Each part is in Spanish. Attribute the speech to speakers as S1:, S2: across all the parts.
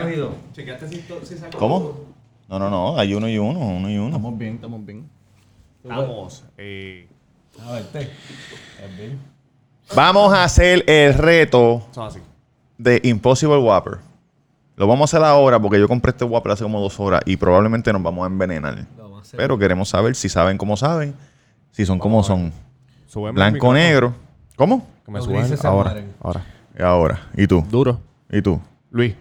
S1: rápido.
S2: Chequeaste si, to- si sacó.
S3: ¿Cómo? No, no, no. Hay uno y uno, uno y uno.
S4: Estamos bien, estamos bien.
S2: Estamos. Eh,
S1: A ver, te. Es bien.
S3: Vamos a hacer el reto
S2: son así.
S3: de Impossible Whopper. Lo vamos a hacer ahora porque yo compré este Whopper hace como dos horas y probablemente nos vamos a envenenar.
S1: Lo más seguro.
S3: Pero queremos saber si saben cómo saben, si son como son.
S2: Súbeme el
S3: Blanco,
S2: micrófono.
S3: negro. ¿Cómo?
S2: Que me
S1: Los
S2: suba
S1: grises
S2: el-
S1: se
S2: ahora,
S1: mueren.
S2: ahora.
S3: Y ahora. ¿Y tú?
S2: Duro.
S3: ¿Y tú?
S2: Luis.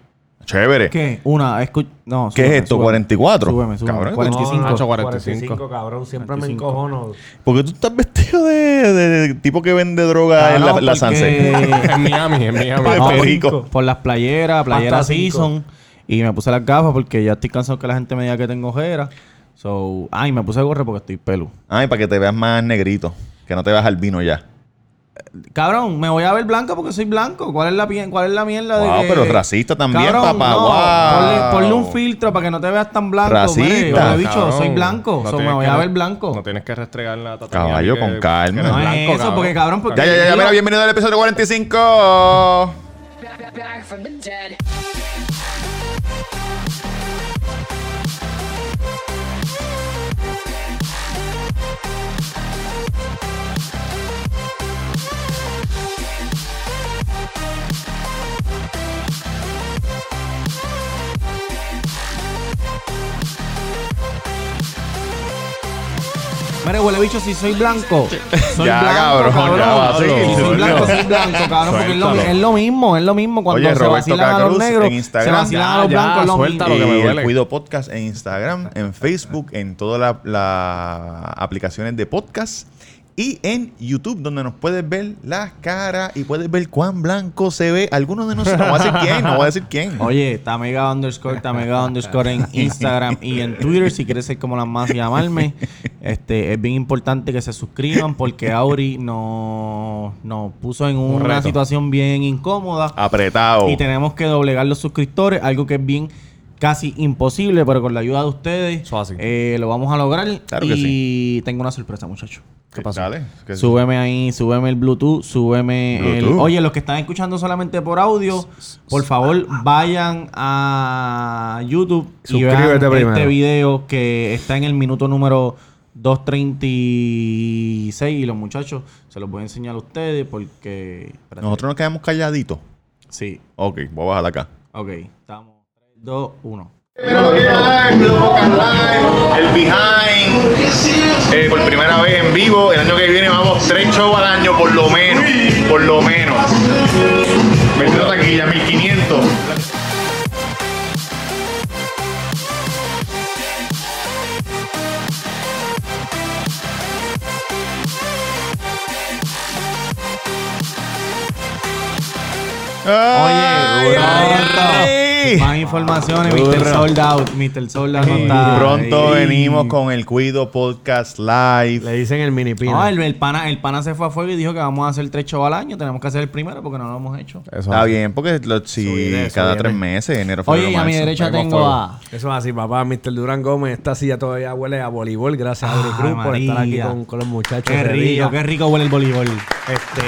S3: Chévere. ¿Qué,
S4: ¿Qué? Una, escu- No,
S3: es esto? ¿44?
S4: Súbeme, súbeme.
S3: Cabrón,
S4: 45.
S2: No, no, 45.
S1: cabrón. Siempre
S4: 45.
S1: me encojono.
S3: ¿Por qué tú estás vestido de, de tipo que vende
S4: Ah,
S3: droga en la, la Sunset?
S4: Sunset.
S2: En Miami, en Miami.
S4: No,
S3: Perico.
S4: por las playeras, playeras
S1: Hasta cinco.
S4: season. Y me puse las gafas porque ya estoy cansado que la gente me diga que tengo ojeras. So, ay, me puse gorra porque estoy pelu.
S3: Ay, para que te veas más negrito. Que no te veas al vino ya.
S4: Cabrón, me voy a ver blanca porque soy blanco. ¿Cuál es la, pie- cuál es la mierda de
S3: Wow,
S4: que-
S3: pero racista también,
S4: Cabrón,
S3: papá.
S4: no. Ponle,
S3: Wow.
S4: ponle un filtro para que no te veas tan blanco.
S3: Racista.
S4: mire. Yo
S3: Cabrón.
S4: he dicho, soy blanco. so, me
S2: tienes
S4: voy
S2: que
S4: a
S2: re-
S4: ver blanco.
S2: No tienes que restregar la tata
S3: Caballo,
S2: Miami,
S3: con
S2: que-
S3: calma.
S2: que eres
S4: No es
S2: blanco,
S4: eso, porque, cabrón, porque-
S3: Ya, ya, ya, ya. Mira, bienvenido al episodio 45.
S5: back, back from the dead.
S4: Mire, huele bicho, si soy blanco. Soy
S3: Ya,
S4: blanco,
S3: cabrón, ya vacilo.
S4: Si soy blanco, soy blanco, cabrón. Porque es lo,
S2: Suéltalo.
S4: es lo mismo, es lo mismo. Cuando
S3: Oye,
S4: se
S3: Roberto
S4: vacilan a los
S3: Cacruz
S4: negros,
S3: en Instagram.
S4: se vacilan
S2: Ya,
S4: a los
S2: ya,
S4: blancos, es lo
S2: suéltalo.
S4: mismo.
S2: Claro que me
S3: y el
S2: duele.
S3: Cuido Podcast en Instagram, en Facebook, en todas las las aplicaciones de podcast y en YouTube, donde nos puedes ver las caras y puedes ver cuán blanco se ve. Algunos de nosotros, no voy a decir quién, no voy a decir quién.
S4: Oye, Tamega underscore, Tamega underscore en Instagram y en Twitter. Si quieres ser como las más y llamarme, este, es bien importante que se suscriban porque Auri nos no puso en una
S2: reto. Ah, oh.
S4: situación bien incómoda.
S3: Apretado.
S4: Y tenemos que doblegar los suscriptores, algo que es bien casi imposible, pero con la ayuda de ustedes
S2: Eso así.
S4: eh, lo vamos a lograr.
S3: Claro
S4: y
S3: que
S4: tengo una sorpresa, muchachos.
S3: ¿Qué pasó? Dale. ¿Qué-
S4: Súbeme ahí, súbeme el Bluetooth, súbeme el...
S3: Bluetooth.
S4: Oye, los que están escuchando solamente por audio, por
S3: ah,
S4: favor, vayan a YouTube y vean
S1: Suscríbete
S4: este
S1: primero.
S4: video que está en el minuto número 2.36 y los muchachos se los voy a enseñar a ustedes porque... espérate.
S3: Nosotros nos quedamos calladitos.
S4: Sí,
S3: Ok, voy a bajar acá.
S4: ok. Estamos... 3, 2, 1.
S3: el behind. Eh, por primera vez en vivo, el año que viene vamos tres shows al año, por lo menos. Por lo menos. Metiendo taquilla, 1500.
S4: Oye, pronto. Más informaciones, Mr.
S3: Duro.
S4: Sold Out. Mr. Sold Out no está.
S3: Pronto
S4: Ey.
S3: venimos con el Cuido Podcast
S1: Le
S3: Live.
S1: dicen el mini pino.
S4: No, el, el pana, el pana se fue a fuego y dijo que vamos a hacer tres shows al año. Tenemos que hacer el primero porque no lo hemos hecho.
S2: Eso
S3: Está
S2: así.
S3: bien, porque lo- si
S1: Subiré,
S3: cada
S1: subiré.
S3: tres meses, enero, febrero,
S4: Oye, y a mi
S3: marzo.
S4: derecha
S2: tenemos
S4: tengo
S2: fuego.
S4: a.
S1: Eso es así, papá. Mr. Durán Gómez, esta silla todavía huele a voleibol. Gracias a Abre
S4: Ah,
S1: Cruz por estar aquí
S4: María.
S1: con, con los muchachos.
S4: Qué
S1: de
S4: rico,
S1: Villa.
S4: qué rico huele el voleibol.
S1: Este,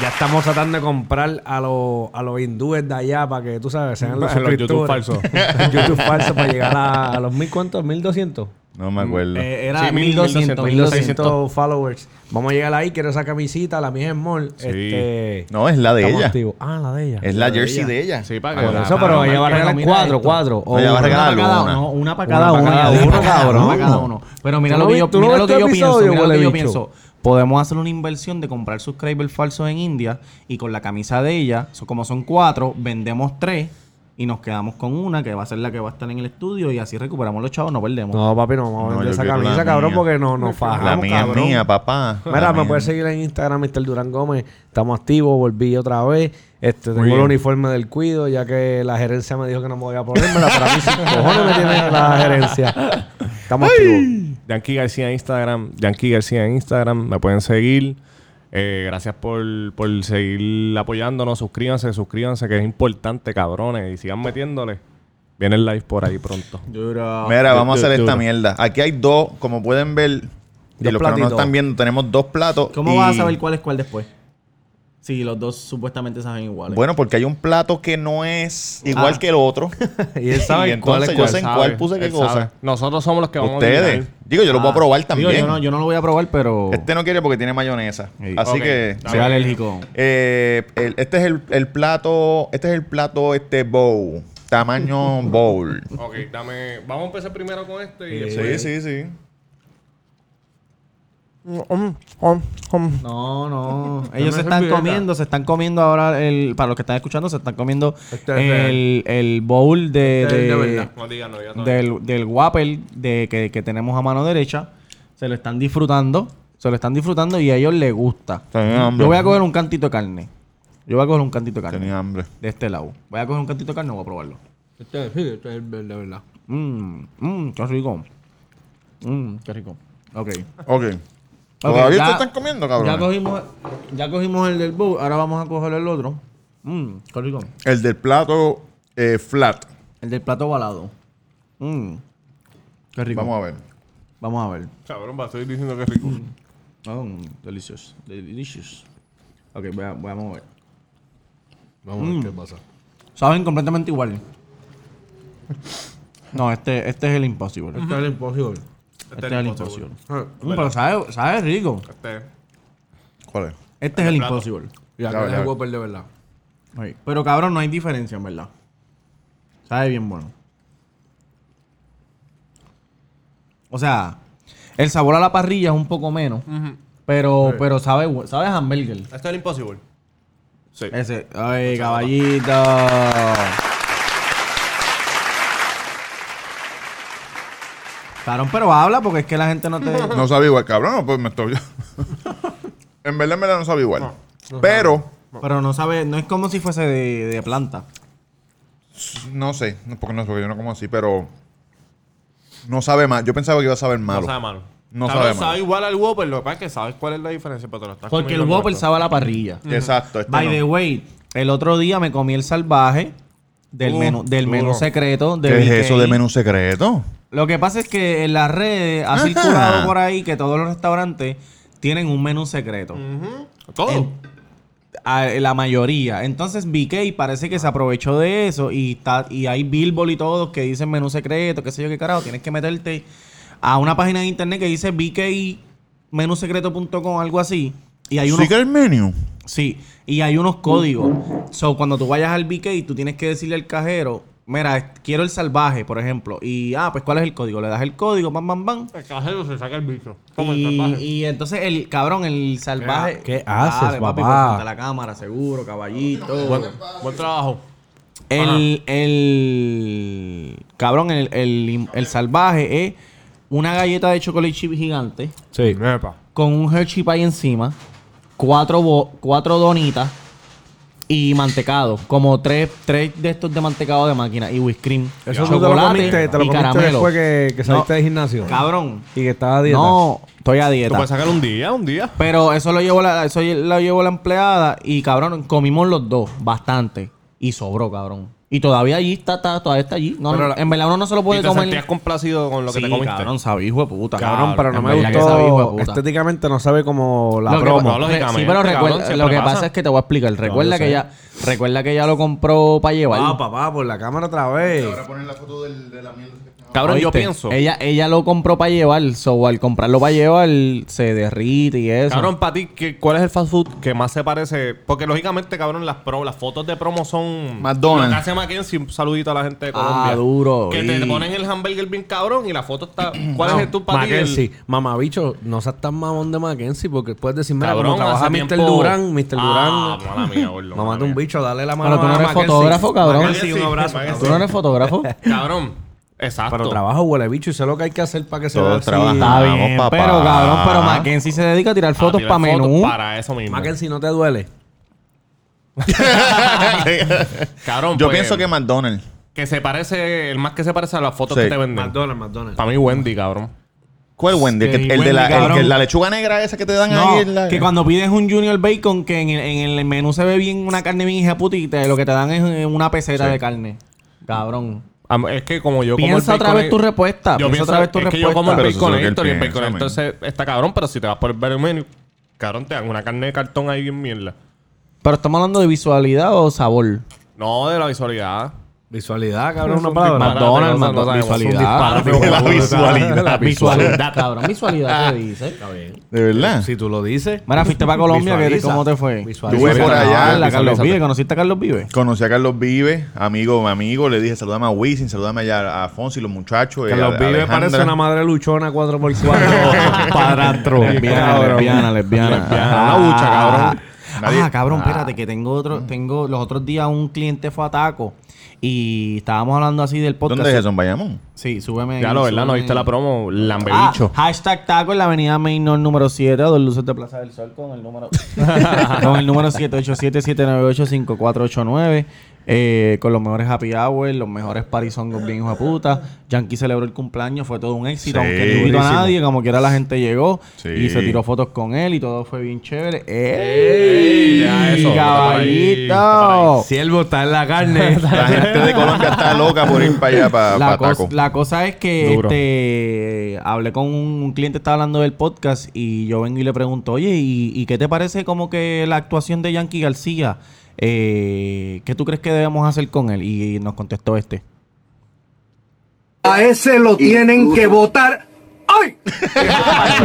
S1: ya estamos tratando de comprar a, los a los hindúes de allá para que tú sabes, sean los,
S2: Los YouTube
S1: suscriptores.
S2: falsos.
S1: Los YouTube falsos para llegar a, a los mil cuantos, mil doscientos.
S3: No
S1: Mm,
S3: me acuerdo.
S4: Eh, era
S2: Sí,
S4: 1200. 1200.
S1: 1200 followers. Vamos a llegar ahí, quiero esa camisita, la mía es mall.
S2: Sí.
S1: Este,
S3: no, es la de
S1: estamos
S3: ella.
S1: activos. Ah, la de ella.
S3: Es la jersey de ella.
S2: Sí, para que
S1: Por
S2: la-
S1: eso, pero
S4: Ah,
S1: ella va a
S4: que
S1: regalar
S4: mira
S1: cuatro,
S4: esto.
S1: cuatro.
S3: No, ella va a
S4: Una
S3: regalar
S4: para cada
S3: una.
S4: uno, una para cada
S1: Una
S4: uno.
S1: para cada
S4: ya
S1: uno,
S4: dijo,
S1: cabrón.
S4: Una para cada uno. Pero mira
S1: ¿Tú no
S4: lo que
S1: vi-
S4: yo,
S1: tú no
S4: mira
S1: ves
S4: lo que
S1: este
S4: yo pienso,
S1: episodio,
S4: mira lo que yo
S1: huele
S4: pienso. Podemos hacer una inversión de comprar subscribers falsos en India y con la camisa de ella, so- como son cuatro, vendemos tres y nos quedamos con una que va a ser la que va a estar en el estudio y así recuperamos los chavos, no perdemos.
S1: No, papi, no vamos a
S3: No,
S1: vender
S3: yo
S1: esa
S3: quiero la
S1: camisa, cabrón,
S3: mía.
S1: porque no, nos fajamos,
S3: la mía
S1: cabrón.
S3: es mía, papá. La
S1: Mira, me
S3: mía
S1: puedes
S3: es-
S1: seguir en Instagram, Mr. Durán Gómez. Estamos activos, volví otra vez. Este, tengo el
S2: bien.
S1: uniforme del cuido, ya que la gerencia me dijo que no me voy a ponérmela. Para mí, sin cojones me tiene la gerencia. Estamos activos.
S2: Yankee García en Instagram. Yankee García en Instagram. Me pueden seguir. Eh, gracias por, por seguir apoyándonos. Suscríbanse, suscríbanse, que es importante, cabrones. Y sigan metiéndole. Viene el live por ahí pronto.
S3: Mira,
S2: Du-
S3: vamos a
S2: du-
S3: hacer esta
S2: duro.
S3: mierda. Aquí hay dos, como pueden ver, y los que no
S1: Dos
S3: nos
S1: platitos.
S3: están viendo, tenemos dos platos.
S4: ¿Cómo
S3: y
S4: vas a saber cuál es cuál después? Sí, los dos supuestamente saben iguales.
S3: Bueno, porque hay un plato que no es igual
S4: Ah.
S3: que el otro.
S1: Y él sabe
S3: Y
S1: cuál es
S3: entonces
S1: cuál.
S3: yo sé en
S2: Sabe,
S3: cuál puse
S2: él
S3: qué cosa.
S2: sabe. Nosotros somos los que vamos a
S3: Ustedes.
S2: adivinar.
S3: Digo, yo lo puedo
S4: Ah,
S3: probar
S4: digo,
S3: también.
S4: yo, no, yo no lo voy a probar, pero
S3: Este no quiere porque tiene mayonesa.
S4: Sí.
S3: Así
S2: Ok.
S3: que.
S2: Está
S4: soy
S2: bien.
S4: alérgico.
S3: eh, el- este es el, el plato. Este es el plato, este bowl. Tamaño bowl.
S2: Ok, dame. Vamos a empezar primero con este y después.
S3: sí, sí, sí.
S1: Mm,
S4: No, no. Ellos se
S2: me
S4: están
S2: servilletas.
S4: comiendo, se están comiendo ahora el. Para los que están escuchando, se están comiendo
S1: Este es
S4: el, el bowl de,
S2: Este es
S4: de-
S2: de verdad. No digas, no digas todavía.
S4: del, del Whopper de, que, que tenemos a mano derecha. Se lo están disfrutando. Se lo están disfrutando y a ellos les gusta.
S3: Tenía hambre.
S4: Yo voy a coger un cantito de carne. Yo voy a coger un cantito de carne.
S3: Tenía hambre.
S4: De este lado. Voy a coger un cantito de carne y voy a probarlo.
S1: Este, sí, este es el de verdad.
S4: Mmm, mmm, qué rico. Mmm, qué rico. Ok.
S3: Ok.
S4: Ok,
S3: ¿Todavía
S4: ya-
S3: te están comiendo,
S4: Ya
S3: cabrón?
S4: cogimos, ya cogimos el del bowl, ahora vamos a coger el otro. Mmm, qué rico.
S3: El del plato eh, flat.
S4: El del plato ovalado. Mmm, qué rico.
S3: Vamos a ver.
S4: Vamos a ver.
S2: Cabrón, va, estoy diciendo que es rico.
S4: Oh, delicioso. Delicious. Ok, voy a, voy a mover. Mmm.
S1: Vamos a ver qué pasa.
S4: Saben completamente igual. No, este, este es el imposible. Este,
S1: Este es el imposible.
S4: es el imposible.
S1: Ah,
S4: Mm, pero sabe, sabe rico.
S2: Este.
S3: ¿Cuál es?
S4: Este es el
S2: plato.
S4: imposible.
S1: Y acá
S3: Ya,
S1: es
S3: ya.
S1: el Whopper de verdad.
S4: Ay, Pero cabrón, no hay diferencia, en verdad. Sabe bien bueno. O sea, el sabor a la parrilla es un poco menos. Pero, pero sabe, bu- sabe a hamburger.
S2: Este es el imposible. Sí.
S4: Ese. Ay, caballito. Cabrón, pero habla porque es que la gente no te.
S3: No sabe igual, cabrón. Pues me estoy. en verdad, en verdad no sabe igual. Pero,
S4: Pero no sabe, no es como si fuese de, de planta.
S3: no sé. No, porque no sé, porque yo no como así, pero. No sabe mal. Yo pensaba que iba a saber malo.
S2: No sabe malo.
S3: No
S2: Cabrón,
S3: sabe malo.
S2: igual al Whopper, lo que pasa es que sabes cuál es la diferencia, pero te lo estás
S4: Porque el
S2: comiendo
S4: Whopper
S2: correcto.
S4: sabe a la parrilla.
S3: Exacto. Este
S4: By
S3: no.
S4: the way, el otro día me comí el salvaje del
S2: Uh,
S4: menú, del menú
S2: duro.
S4: secreto. De
S3: ¿Qué es eso de
S4: BK.
S3: menú secreto?
S4: Lo que pasa es que en las redes ha
S3: Ajá.
S4: circulado por ahí que todos los restaurantes tienen un menú secreto.
S2: Mm. Ujú. Todo.
S3: Oh.
S4: En- a- la mayoría. Entonces BK parece que se aprovechó de eso y está y hay billboard y todos que dicen menú secreto, qué sé yo qué carajo, tienes que meterte a una página de internet que dice E BK menusecreto.com algo así y hay unos
S3: Secret menu.
S4: Sí, y hay unos códigos. So, cuando tú vayas al BK, tú tienes que decirle al cajero, mira, es- quiero el salvaje, por ejemplo. Y, ah, pues, ¿cuál es el código? Le das el código, bam, bam, bam.
S2: El cajero se saca el bicho. Como el
S4: Y,
S2: salvaje.
S4: y entonces el cabrón, el salvaje.
S1: ¿Qué haces,
S4: Dale, papi,
S1: papá?
S4: por frente a la cámara, seguro, caballito.
S2: Buen trabajo.
S4: El, el cabrón, el, el, el salvaje es una galleta de chocolate chip gigante
S1: Sí.
S4: con un Hershey Pie encima, cuatro, bo- cuatro donitas y mantecado, como tres, tres de estos de mantecado de máquina y whipped cream,
S1: Eso tú te lo
S4: chocolate
S1: comiste, te lo
S4: y
S1: comiste
S4: caramelo.
S1: después que, que saliste
S4: No,
S1: del gimnasio.
S4: Cabrón,
S1: Y que estaba a dieta.
S4: no, estoy a
S2: Tú
S4: dieta.
S2: puedes sacar un día, un día.
S4: Pero eso lo llevó la, eso lo llevó la empleada y cabrón, comimos los dos bastante y sobró, cabrón. Y todavía allí está, está todavía está allí. No,
S2: Pero
S4: no,
S2: la-
S4: en verdad uno no se lo
S2: Y
S4: puede
S2: te
S4: comer.
S2: sentías complacido con lo que
S4: Pues Sí,
S2: te comiste.
S4: cabrón, sabía, hijo de puta.
S1: Cabrón, pero no
S4: en
S1: me
S4: verdad que sabía, hijo de
S1: gustó. este
S4: puta.
S1: Estéticamente no sabe como la
S4: Lo que-
S1: promo.
S2: No, lógicamente,
S4: Sí, pero
S2: cabrón,
S4: recuerda,
S2: siempre
S4: lo que
S2: pasa.
S4: pasa. es que te voy a explicar. Recuerda
S1: yo
S4: que
S1: sé.
S4: ya, recuerda que ya lo compró para llevar.
S1: Ah, papá, por la cámara otra vez.
S3: ponen la foto de la mierda.
S2: Cabrón, yo
S4: ¿Oíste?
S2: pienso.
S4: Ella, ella lo compró para llevar. So, al comprarlo para llevar, se derrite y eso.
S2: Cabrón, para ti, ¿qué- ¿cuál es el fast food que más se parece? Porque lógicamente, cabrón, las, pro- las fotos de promo son.
S3: McDonald's.
S2: Lo que hace Mackenzie, un saludito a la gente de
S4: Ah,
S2: Colombia.
S4: duro,
S2: Que te
S4: y-
S2: ponen el hamburger bien cabrón y la foto está. ¿Cuál
S1: No,
S2: es el tu para ti? el-
S1: Mackenzie, mamabicho, no seas tan mamón de Mackenzie porque puedes decir, mira,
S2: Cabrón,
S1: como trabaja
S2: hace
S1: Mr.
S2: tiempo-
S1: Durán, Mr.
S2: Ah,
S1: Durán,
S2: mala mía, gordo, mala
S1: mamá de un
S2: mía.
S1: bicho, dale la mano
S4: Pero tú no
S1: a
S4: eres
S1: Mackenzie.
S4: fotógrafo, cabrón.
S1: Mackenzie, un
S2: Mackenzie,
S1: abrazo.
S2: Mackenzie.
S4: Tú no eres fotógrafo.
S2: Cabrón, exacto.
S1: Pero trabajo huele bicho y sé lo que hay que hacer para que se
S3: Todo
S1: vea así.
S3: trabaja.
S4: Está
S3: Vamos,
S4: bien,
S3: papá.
S4: pero cabrón, pero Mackenzie se dedica a tirar
S2: Ah,
S4: fotos
S2: tirar
S4: para
S2: fotos
S4: menú.
S2: Para eso mismo.
S1: Mackenzie, ¿no te duele?
S2: Cabrón,
S3: Yo
S2: pues,
S3: pienso que McDonald's.
S2: Que se parece, el más que se parece a las fotos
S3: Sí.
S2: que te venden.
S1: McDonald's, McDonald's.
S2: Para mí, Wendy, cabrón.
S3: ¿Cuál Wendy? El, que-
S4: Sí,
S3: el de
S4: Wendy,
S3: la, el
S4: cabrón.
S3: que- la lechuga negra esa que te dan
S4: No,
S3: ahí. en la-
S4: que cuando pides un Junior Bacon, que en el, en el menú se ve bien una carne bien hija puta y te- lo que te dan es eh, una peseta de carne. Cabrón.
S2: A mí- Es que como yo como
S4: Piensa
S2: el
S4: otra vez
S2: baconator-
S4: tu respuesta.
S2: Yo
S4: piensa
S2: pienso
S4: otra vez tu
S2: es que
S4: respuesta.
S2: yo como el
S3: Pero eso es lo que él
S2: baconator y el este
S3: piensa,
S2: baconator
S3: man.
S2: entonces está cabrón, pero si te vas por el Burger Menu, cabrón, te dan una carne de cartón ahí bien mierda.
S4: Pero estamos hablando de visualidad o sabor.
S2: No, de la visualidad.
S1: Visualidad, cabrón, una
S2: disparate,
S1: palabra.
S4: McDonald's,
S2: no, no, no,
S4: McDonald's,
S2: no, no,
S4: visualidad.
S2: no, no, no, no,
S3: La
S2: no, no,
S3: visualidad.
S2: la
S4: Visualidad, cabrón. Visualidad, ¿qué dice?
S1: Está bien.
S3: De verdad.
S1: Si tú lo dices.
S4: Mira, fuiste para Colombia, ¿qué-
S1: Visualiza.
S4: ¿cómo te fue?
S1: Visualiza.
S3: Estuve por allá,
S4: Ah, la Carlos
S2: visualízate.
S4: Vive. ¿Conociste a Carlos Vive?
S3: Conocí a Carlos Vive, amigo, mi amigo. Le dije, saludame a Wisin, saludame allá a Fonsi, los muchachos. eh,
S1: Que
S3: a-
S1: los vive
S3: Alejandra.
S1: parece una madre luchona 4x4.
S4: Padrastro. Lesbiana,
S3: Cabrón.
S4: lesbiana, lesbiana.
S3: Lesbiana. La bucha, cabrón. Nadie-
S4: Ah, cabrón, espérate, que tengo otro, tengo, los otros días un cliente fue a Taco y estábamos hablando así del podcast.
S3: ¿Dónde es eso? ¿En Bayamón?
S4: Sí, súbeme.
S2: Ya lo, ¿verdad? ¿No
S4: súbeme.
S2: viste la promo?
S4: Ah,
S2: Lambebicho.
S4: hashtag taco en la avenida Mainor número 7, a dos luces de Plaza del Sol con el número con el número 787-798-5489 eh, con los mejores happy hour, los mejores parizongos bien hijo de puta. Yankee celebró el cumpleaños, fue todo un éxito,
S3: Sí,
S4: aunque no invitó a
S3: buenísimo.
S4: nadie, como quiera la gente llegó
S3: Sí.
S4: y se tiró fotos con él y todo fue bien chévere.
S1: ¡Ey!
S4: ¡Ey!
S2: Ya, eso,
S4: ¡Caballito!
S1: Siervo está en la carne.
S3: La gente de Colombia está loca por ir para allá, para,
S4: La,
S3: para
S4: cosa-
S3: Taco.
S4: la cosa es que
S2: Duro.
S4: este, hablé con un, un cliente, estaba hablando del podcast y yo vengo y le pregunto, oye, ¿y, y qué te parece como que la actuación de Yankee García? Eh, ¿Qué tú crees que debemos hacer con él? Y nos contestó este.
S6: A ese lo tienen que votar. ¡Ay!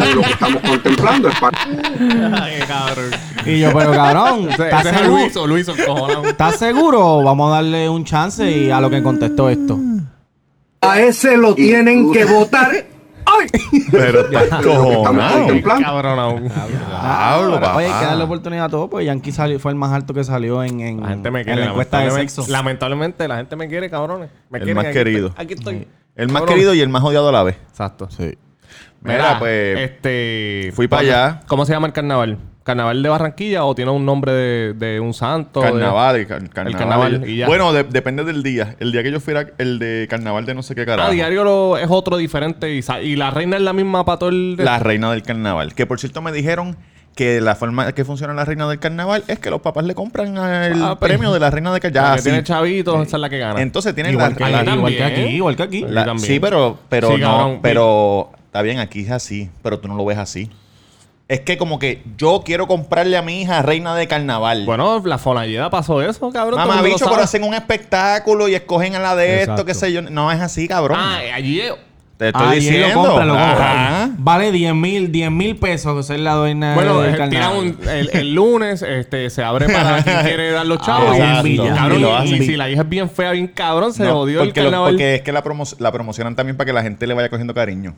S7: de lo que estamos contemplando es parte
S4: Y yo, pero cabrón, Ah. ¿estás seguro?
S2: Luiso, cojonado.
S4: ¿Estás seguro? Vamos a darle un chance y a lo que contestó esto.
S6: A ese lo tienen que votar. ¡Ay!
S3: Pero
S7: de
S3: está
S7: lo que estamos
S3: cojonado.
S7: contemplando.
S2: Cabrón aún.
S4: Ah,
S3: Hablo, papá.
S4: Oye, hay que darle oportunidad a todo, porque Yankee salió, fue el más alto que salió en, en-
S2: La gente me
S4: en
S2: quiere.
S4: la encuesta de
S2: lamentablemente-
S4: sexo.
S2: Lamentablemente, la gente me quiere, cabrones. Me
S3: El
S2: quieren,
S3: más
S2: aquí
S3: querido.
S2: estoy- Aquí estoy.
S3: El más
S2: Cabrón.
S3: querido y el más odiado a la vez.
S2: Exacto.
S4: Sí.
S3: Mira, pues,
S2: Este.
S3: fui pa'
S2: ¿cómo-
S3: allá.
S2: ¿Cómo se llama el carnaval? ¿Carnaval de Barranquilla o tiene un nombre de, de un santo? de-
S3: Carnaval, car- carnaval.
S2: carnaval y ya.
S3: Bueno, de- depende del día. El día que yo fui era el de carnaval de no sé qué
S2: Ah,
S3: carajo.
S2: diario lo- es otro diferente. Y, sa- y la reina es la misma para todo el.
S3: La reina del carnaval. Que por cierto me dijeron que la forma que funciona la reina del carnaval es que los papás le compran el
S2: Papi.
S3: premio de la reina del
S2: Ah, pues. la
S3: carnaval.
S2: que tiene chavitos, esa es la que gana.
S3: Eh, Entonces tienen
S4: Igual que,
S3: la, la-
S2: aquí
S4: igual que aquí,
S2: también.
S4: igual que aquí.
S3: la-
S2: también.
S3: Sí, pero, pero
S2: Sí,
S3: no,
S2: cabrón.
S3: pero está bien, aquí es así, pero tú no lo ves así. Es que como que yo quiero comprarle a mi hija reina de carnaval.
S2: bueno, la fonalleda pasó eso, cabrón. todo
S3: Mamá
S2: el mundo lo
S3: bicho,
S2: sabe.
S3: pero hacen un espectáculo y escogen a la de
S1: Exacto.
S3: esto, qué sé yo. No es así, cabrón.
S2: Ah, allí es.
S3: Te estoy
S4: Ah, y él
S3: diciendo.
S4: Lo compra, lo compra.
S3: Ajá.
S4: Vale 10 mil, 10 mil pesos que es la dueña
S2: Bueno,
S4: del
S2: eh, tiran
S4: Ah, carnaval.
S2: un- el, el lunes este, se abre para quien quiere dar los chavos.
S3: Ah, Exacto.
S2: y, cabrón,
S3: Y lo
S2: y- y
S3: hacen.
S2: si la hija es bien fea, bien cabrón, se
S3: No,
S2: odió el
S3: porque, lo-
S2: carnaval.
S3: porque es que la, promo- la promocionan también para que la gente le vaya cogiendo cariño.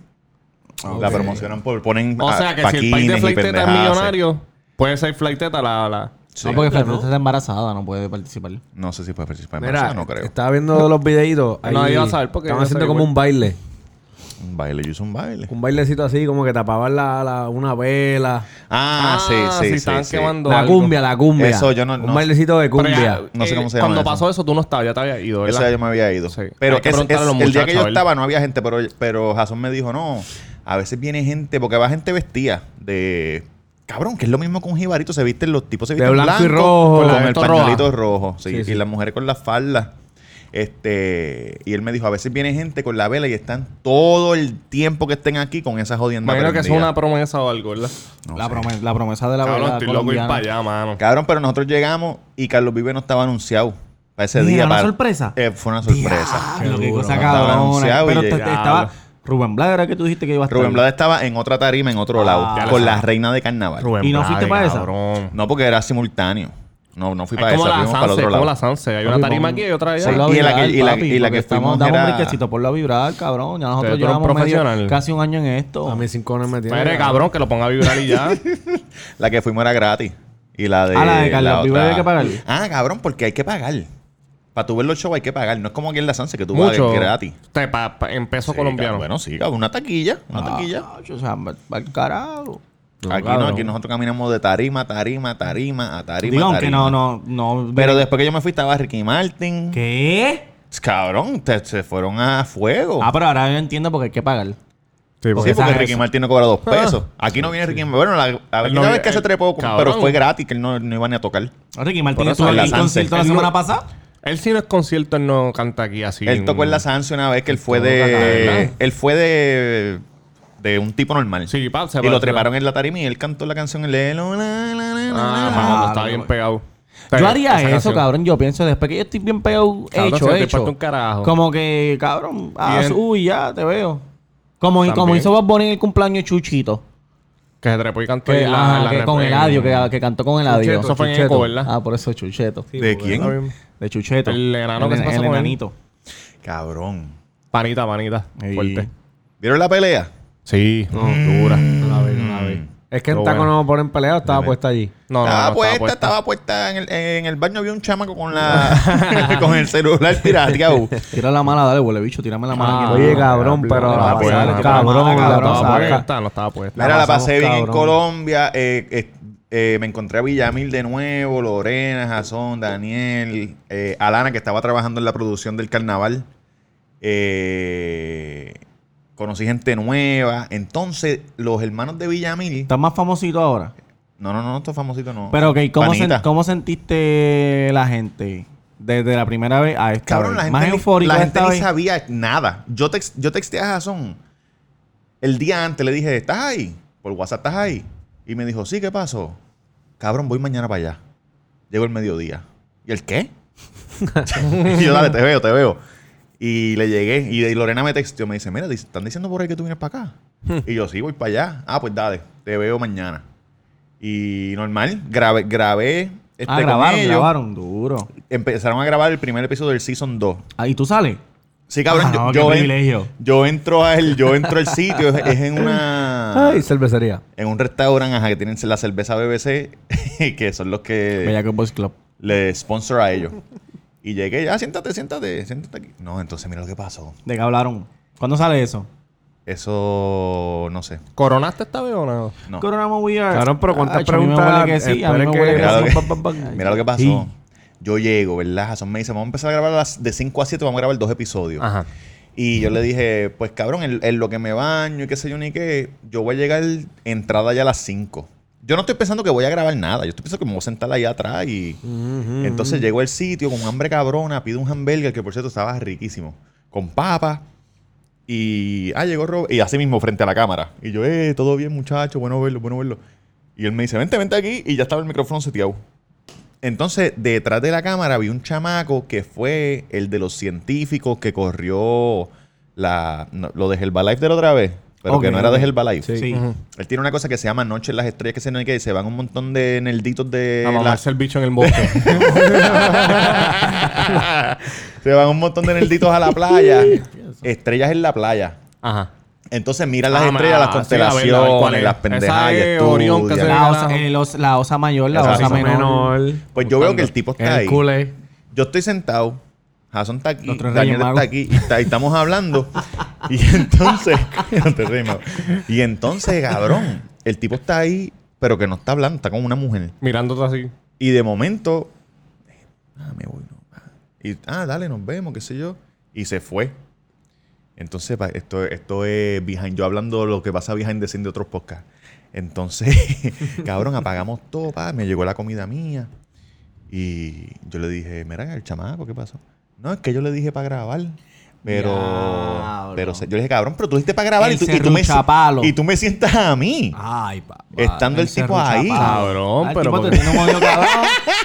S3: La promocionan por ponen
S2: Ah, o
S3: ah,
S2: sea, que si el país de
S3: paquines y
S2: Flighteta es
S3: pendejadas.
S2: millonario, Ah, puede ser Flighteta la... la...
S3: Sí.
S4: No, porque Fernanda está embarazada, no puede participar.
S3: No sé si puede participar en
S1: Mira,
S3: Barcelona, no creo.
S1: estaba viendo los videitos.
S2: No, ahí vas a ver, porque
S1: Estaban
S2: ya sabe
S1: haciendo como
S2: igual.
S1: un baile.
S3: Un baile, yo hice un baile.
S1: Un bailecito así, como que tapaban la, la- una vela.
S3: Ah, sí, sí, sí.
S2: estaban
S3: sí.
S2: quemando
S1: La
S2: algo.
S1: cumbia, la cumbia.
S3: Eso yo no-
S1: Un
S3: no-
S1: bailecito de
S2: Pero ya, eh,
S1: cumbia.
S3: No sé cómo se llama
S2: Cuando
S3: eso.
S2: pasó eso, tú no estabas, ya te habías ido,
S3: Esa
S2: ¿verdad?
S3: ya me había ido.
S2: Sí.
S3: Pero
S2: Hay que
S3: es-
S2: preguntarle a
S3: es-
S2: los
S3: el día que
S2: muchachos, a
S3: yo
S2: ver.
S3: estaba no había gente, pero, pero Jason me dijo, no, a veces viene gente, porque va gente vestida de... Cabrón, que es lo mismo que un jibarito, se visten los tipos, se
S1: De
S3: visten
S1: blanco y rojo,
S3: con,
S1: la
S3: el
S1: esto
S3: pañuelito
S1: roja.
S3: rojo, sí,
S1: Sí, sí.
S3: y las mujeres con las faldas. Este, y él me dijo, a veces viene gente con la vela y están todo el tiempo que estén aquí con esa jodienda
S2: Imagino que es
S3: prendida.
S2: una promesa o algo, ¿verdad?
S4: la, promesa, la promesa de la
S2: Cabrón,
S4: velada
S2: estoy loco ir
S4: colombiana.
S2: para allá, mano.
S3: Cabrón, pero nosotros llegamos y Carlos Vive no estaba anunciado para ese
S4: Mira,
S3: día.
S4: ¿una
S3: para-
S4: sorpresa?
S3: Eh, fue una sorpresa.
S4: Ah, lo que
S1: Seguro,
S4: cosa
S3: no estaba
S4: cabrona.
S3: anunciado y
S4: Pero te- te-
S3: llegaba.
S4: estaba Rubén Blades, era que tú dijiste que iba a estar.
S3: Rubén Blades estaba en otra tarima, en otro
S4: Ah.
S3: lado, con la reina de carnaval.
S4: ¿Y no fuiste para esa?
S2: Cabrón.
S3: No, porque era simultáneo. No, no fui
S2: Es
S3: para
S2: como
S3: esa,
S2: la
S3: fuimos para el
S2: Sanse,
S3: otro
S2: es
S3: lado.
S2: como la Sanse. Hay
S4: Papi,
S2: una tarima
S4: vamos-
S2: aquí y otra allá.
S4: Sí,
S3: y la que- y la- y la que fuimos
S4: estamos, damos un
S3: era-
S4: brequecito por la vibrar, cabrón. Ya nosotros
S2: Ustedes fueron
S4: llevamos medio-
S2: profesionales.
S4: casi un año en esto.
S1: A mí cinco no me tiene.
S2: Espere, cabrón, que lo ponga a vibrar y ya.
S3: La que fuimos era gratis. Y la de.
S4: Ah, la de Carlos Vive
S3: otra-
S4: había que pagar.
S3: Ah, cabrón, porque hay que pagar. Para tu ver los shows hay que pagar. No es como aquí en la Sanse que tú
S2: Mucho.
S3: pagas gratis.
S2: Te pa- pa- en peso
S3: Sí,
S2: colombiano.
S3: cabrón, Bueno, sí, cabrón. Una taquilla. Una
S4: Ah,
S3: taquilla.
S4: o sea, va- va al carajo.
S3: Aquí no, aquí nosotros caminamos de tarima, tarima, tarima, a tarima.
S4: Digo, aunque
S3: tarima.
S4: no, no, no.
S3: Pero después que yo me fui estaba Ricky Martin.
S4: ¿Qué?
S3: Cabrón, te- se fueron a fuego.
S4: Ah, pero ahora yo entiendo porque hay que pagar.
S2: Sí,
S3: Sí,
S2: porque-
S3: porque
S4: esa-
S3: Ricky Martin no cobra dos pesos. Aquí no viene Ricky Martin. Bueno, la, la
S2: Él
S3: última
S2: no-
S3: vez que
S2: él-
S3: se trepó,
S2: cabrón.
S3: pero fue gratis, que él no, no iba ni a tocar.
S4: Ricky Martín
S3: Por eso,
S4: estuvo
S3: en
S4: en
S3: la
S4: el
S3: Sunset.
S4: concierto la
S2: Él no-
S4: semana pasada.
S2: Él sí no es concierto, él no canta aquí así.
S3: él tocó en la Sanse una vez que él fue
S2: Todo acá,
S3: de.
S2: ¿verdad?
S3: Él fue de. De un tipo normal.
S2: Sí, pa, se
S3: y
S2: parece-
S3: lo treparon en la tarima y él cantó la canción. El de- la, la, la, la, la,
S2: Ah,
S3: la.
S2: mano,
S4: Ah,
S2: está
S4: no,
S2: bien
S4: no.
S2: pegado. sea,
S4: yo haría
S2: esa
S4: eso,
S2: canción.
S4: cabrón. Yo pienso después que yo estoy bien pegado,
S2: Cabrón, si
S4: hecho,
S2: no te
S4: hecho.
S2: importa un carajo.
S4: Como que, cabrón, ah,
S2: Bien.
S4: uy, ya te veo. Como, y como
S2: También.
S4: hizo Bob Bunny en el cumpleaños de Chuchito.
S2: Que se trepó y cantó
S4: Que,
S2: en
S4: ah,
S2: en
S4: que
S2: rep-
S4: con
S2: en-
S4: Eladio, que, que cantó con Eladio.
S2: Eso fue en Eco, ¿verdad?
S4: Ah, por eso es Chucheto.
S3: ¿De quién?
S4: De Chucheto.
S2: El enano que se pasa
S4: el
S2: con él.
S4: enanito.
S3: Cabrón.
S2: Panita, panita.
S4: Ey.
S2: Fuerte.
S3: ¿Vieron la pelea?
S2: Sí, dura.
S3: Mm.
S1: No la vi, no la vi. Es que en
S2: Pero
S1: Taco
S2: bueno.
S1: no me ponen pelea, estaba puesta allí.
S2: No, no,
S3: estaba,
S2: no,
S3: puesta, estaba puesta. En el, en el baño había un chamaco con la con el celular pirateado.
S4: Tira la mala, dale, huele bicho, tírame la mala.
S2: Ah,
S4: aquí.
S1: Oye,
S2: no,
S1: cabrón,
S2: no,
S1: pero
S2: no,
S1: la
S2: no,
S1: pasada,
S2: no, no,
S1: cabrón,
S4: no, no,
S1: la
S4: no,
S2: No estaba
S4: saca.
S1: pasada.
S2: puesta, no estaba puesta.
S1: La
S3: Mira, la
S1: pasamos,
S3: pasé bien en
S1: cabrón.
S3: Colombia. eh, eh, eh, me encontré a Villamil de nuevo, Lorena, Jason, Daniel, eh, Alana, que estaba trabajando en la producción del carnaval. Eh, conocí gente nueva. Entonces, los hermanos de Villamil.
S4: Estás más famosito ahora.
S3: No, no, no, estos famositos no.
S4: Pero, ok, ¿cómo,
S3: Panita.
S4: sen- ¿cómo sentiste la gente desde la primera vez a esta
S3: Cabrón,
S4: vez?
S3: la gente,
S4: Más
S3: ni-
S4: eufórico
S3: la gente
S4: esta
S3: ni
S4: vez.
S3: sabía nada. Yo, tex- yo texté a Jason el día antes, le dije, ¿estás ahí? Por WhatsApp, ¿estás ahí? Y me dijo, sí, ¿qué pasó? Cabrón, voy mañana para allá. Llego el mediodía. ¿Y el qué? y yo, dale, te veo, te veo. Y le llegué. Y, y Lorena me texteó, me dice, mira, dice- están diciendo por ahí que tú vienes para acá. y yo, sí, voy para allá. Ah, pues dale, te veo mañana. Y normal, grabé, grabé. este,
S4: ah,
S3: con
S4: grabaron,
S3: ellos.
S4: grabaron, duro.
S3: Empezaron a grabar el primer episodio del Season 2.
S4: Ah, ¿y tú sales?
S3: Sí, cabrón,
S4: Ah,
S3: yo-
S4: no, qué
S3: yo, en-
S4: privilegio.
S3: yo entro al, yo entro al sitio, es, es en una
S1: Ay, cervecería.
S3: en un restaurante ajá, que tienen la cerveza BBC, que son los que
S4: Bellaco Boys Club.
S3: le sponsor a ellos. Y llegué, ya siéntate, siéntate, siéntate aquí. No, entonces mira lo que pasó.
S4: ¿De qué hablaron? ¿Cuándo sale eso?
S3: Eso no sé.
S2: ¿Coronaste esta vez o no?
S3: No.
S4: Corona We Are.
S1: Cabrón, pero cuántas
S4: Acho,
S1: preguntas.
S4: A mí me huele que sí, a mí me
S1: esperen que-
S4: huele que
S3: Mira lo
S4: sí.
S3: que-
S4: Pa, pa, pa.
S3: Mira lo que pasó.
S1: Sí.
S3: Yo llego, ¿verdad? Jason me dice, vamos a empezar a grabar a las- de 5 a 7, vamos a grabar dos episodios.
S2: Ajá.
S3: Y yo le dije, pues cabrón, en, en lo que me baño y qué sé yo ni qué, yo voy a llegar entrada ya a las 5. Yo no estoy pensando que voy a grabar nada, yo estoy pensando que me voy a sentar allá atrás y... Entonces llego al sitio con hambre cabrona, pido un hamburger que por cierto estaba riquísimo, con papas. Y, ah, llegó Rob, y así mismo frente a la cámara. Y yo, eh, todo bien muchacho, bueno verlo, bueno verlo. Y él me dice, vente, vente aquí, y ya estaba el micrófono seteado. Entonces, detrás de la cámara vi un chamaco que fue el de los científicos que corrió la, no, lo de Herbalife de la otra vez, pero que
S4: Ok,
S3: no era
S4: ok.
S3: de Herbalife.
S4: Sí.
S3: Él tiene una cosa que se llama Noche en las Estrellas, que se, no hay que- se van un montón de nerditos de...
S2: A
S3: Eh, la-
S2: mamarse el bicho en el bosque.
S3: se van un montón de nerditos a la playa. estrellas en la playa.
S2: Ajá.
S3: Entonces miran las
S2: Ah,
S3: estrellas, las
S2: sí, a ver, a ver,
S3: constelaciones,
S2: ¿cuál es?
S3: las pendejadas
S2: Esa
S3: y
S2: es Orión que se
S3: estudian.
S4: La osa, el os- la osa mayor, la
S3: Esa
S4: osa
S3: osa
S4: menor.
S3: Pues yo veo que el tipo está ahí.
S1: El culé.
S3: Yo estoy sentado, Jason está aquí,
S4: Los tres
S3: Daniel
S4: Reyes Magos.
S3: está aquí y, está- y estamos hablando. y entonces, los tres Reyes Magos. y entonces, cabrón, el tipo está ahí, pero que no está hablando, está con una mujer.
S2: Mirándote así.
S3: Y de momento, ah, me voy, no. ah. Y, ah, dale, nos vemos, qué sé yo. Y se fue. Entonces, pa- esto, esto es behind. Yo hablando lo que pasa behind the scene de otros podcasts. Entonces, cabrón, apagamos todo, pa, me llegó la comida mía. Y yo le dije, mira, el chamaco, ¿qué pasó? No, es que yo le dije para grabar. Pero,
S4: Diablo.
S3: pero se- yo le dije, cabrón, pero tú dijiste para grabar
S4: El
S3: y tú, y, tú me,
S4: serruchapalo.
S3: y tú me sientas a mí.
S4: Ay, papá.
S3: Estando el tipo
S4: serruchapalo.
S3: ahí.
S2: Cabrón,
S4: Ah, el
S2: pero
S4: tipo te
S2: porque-
S4: tiene un odio, cabrón.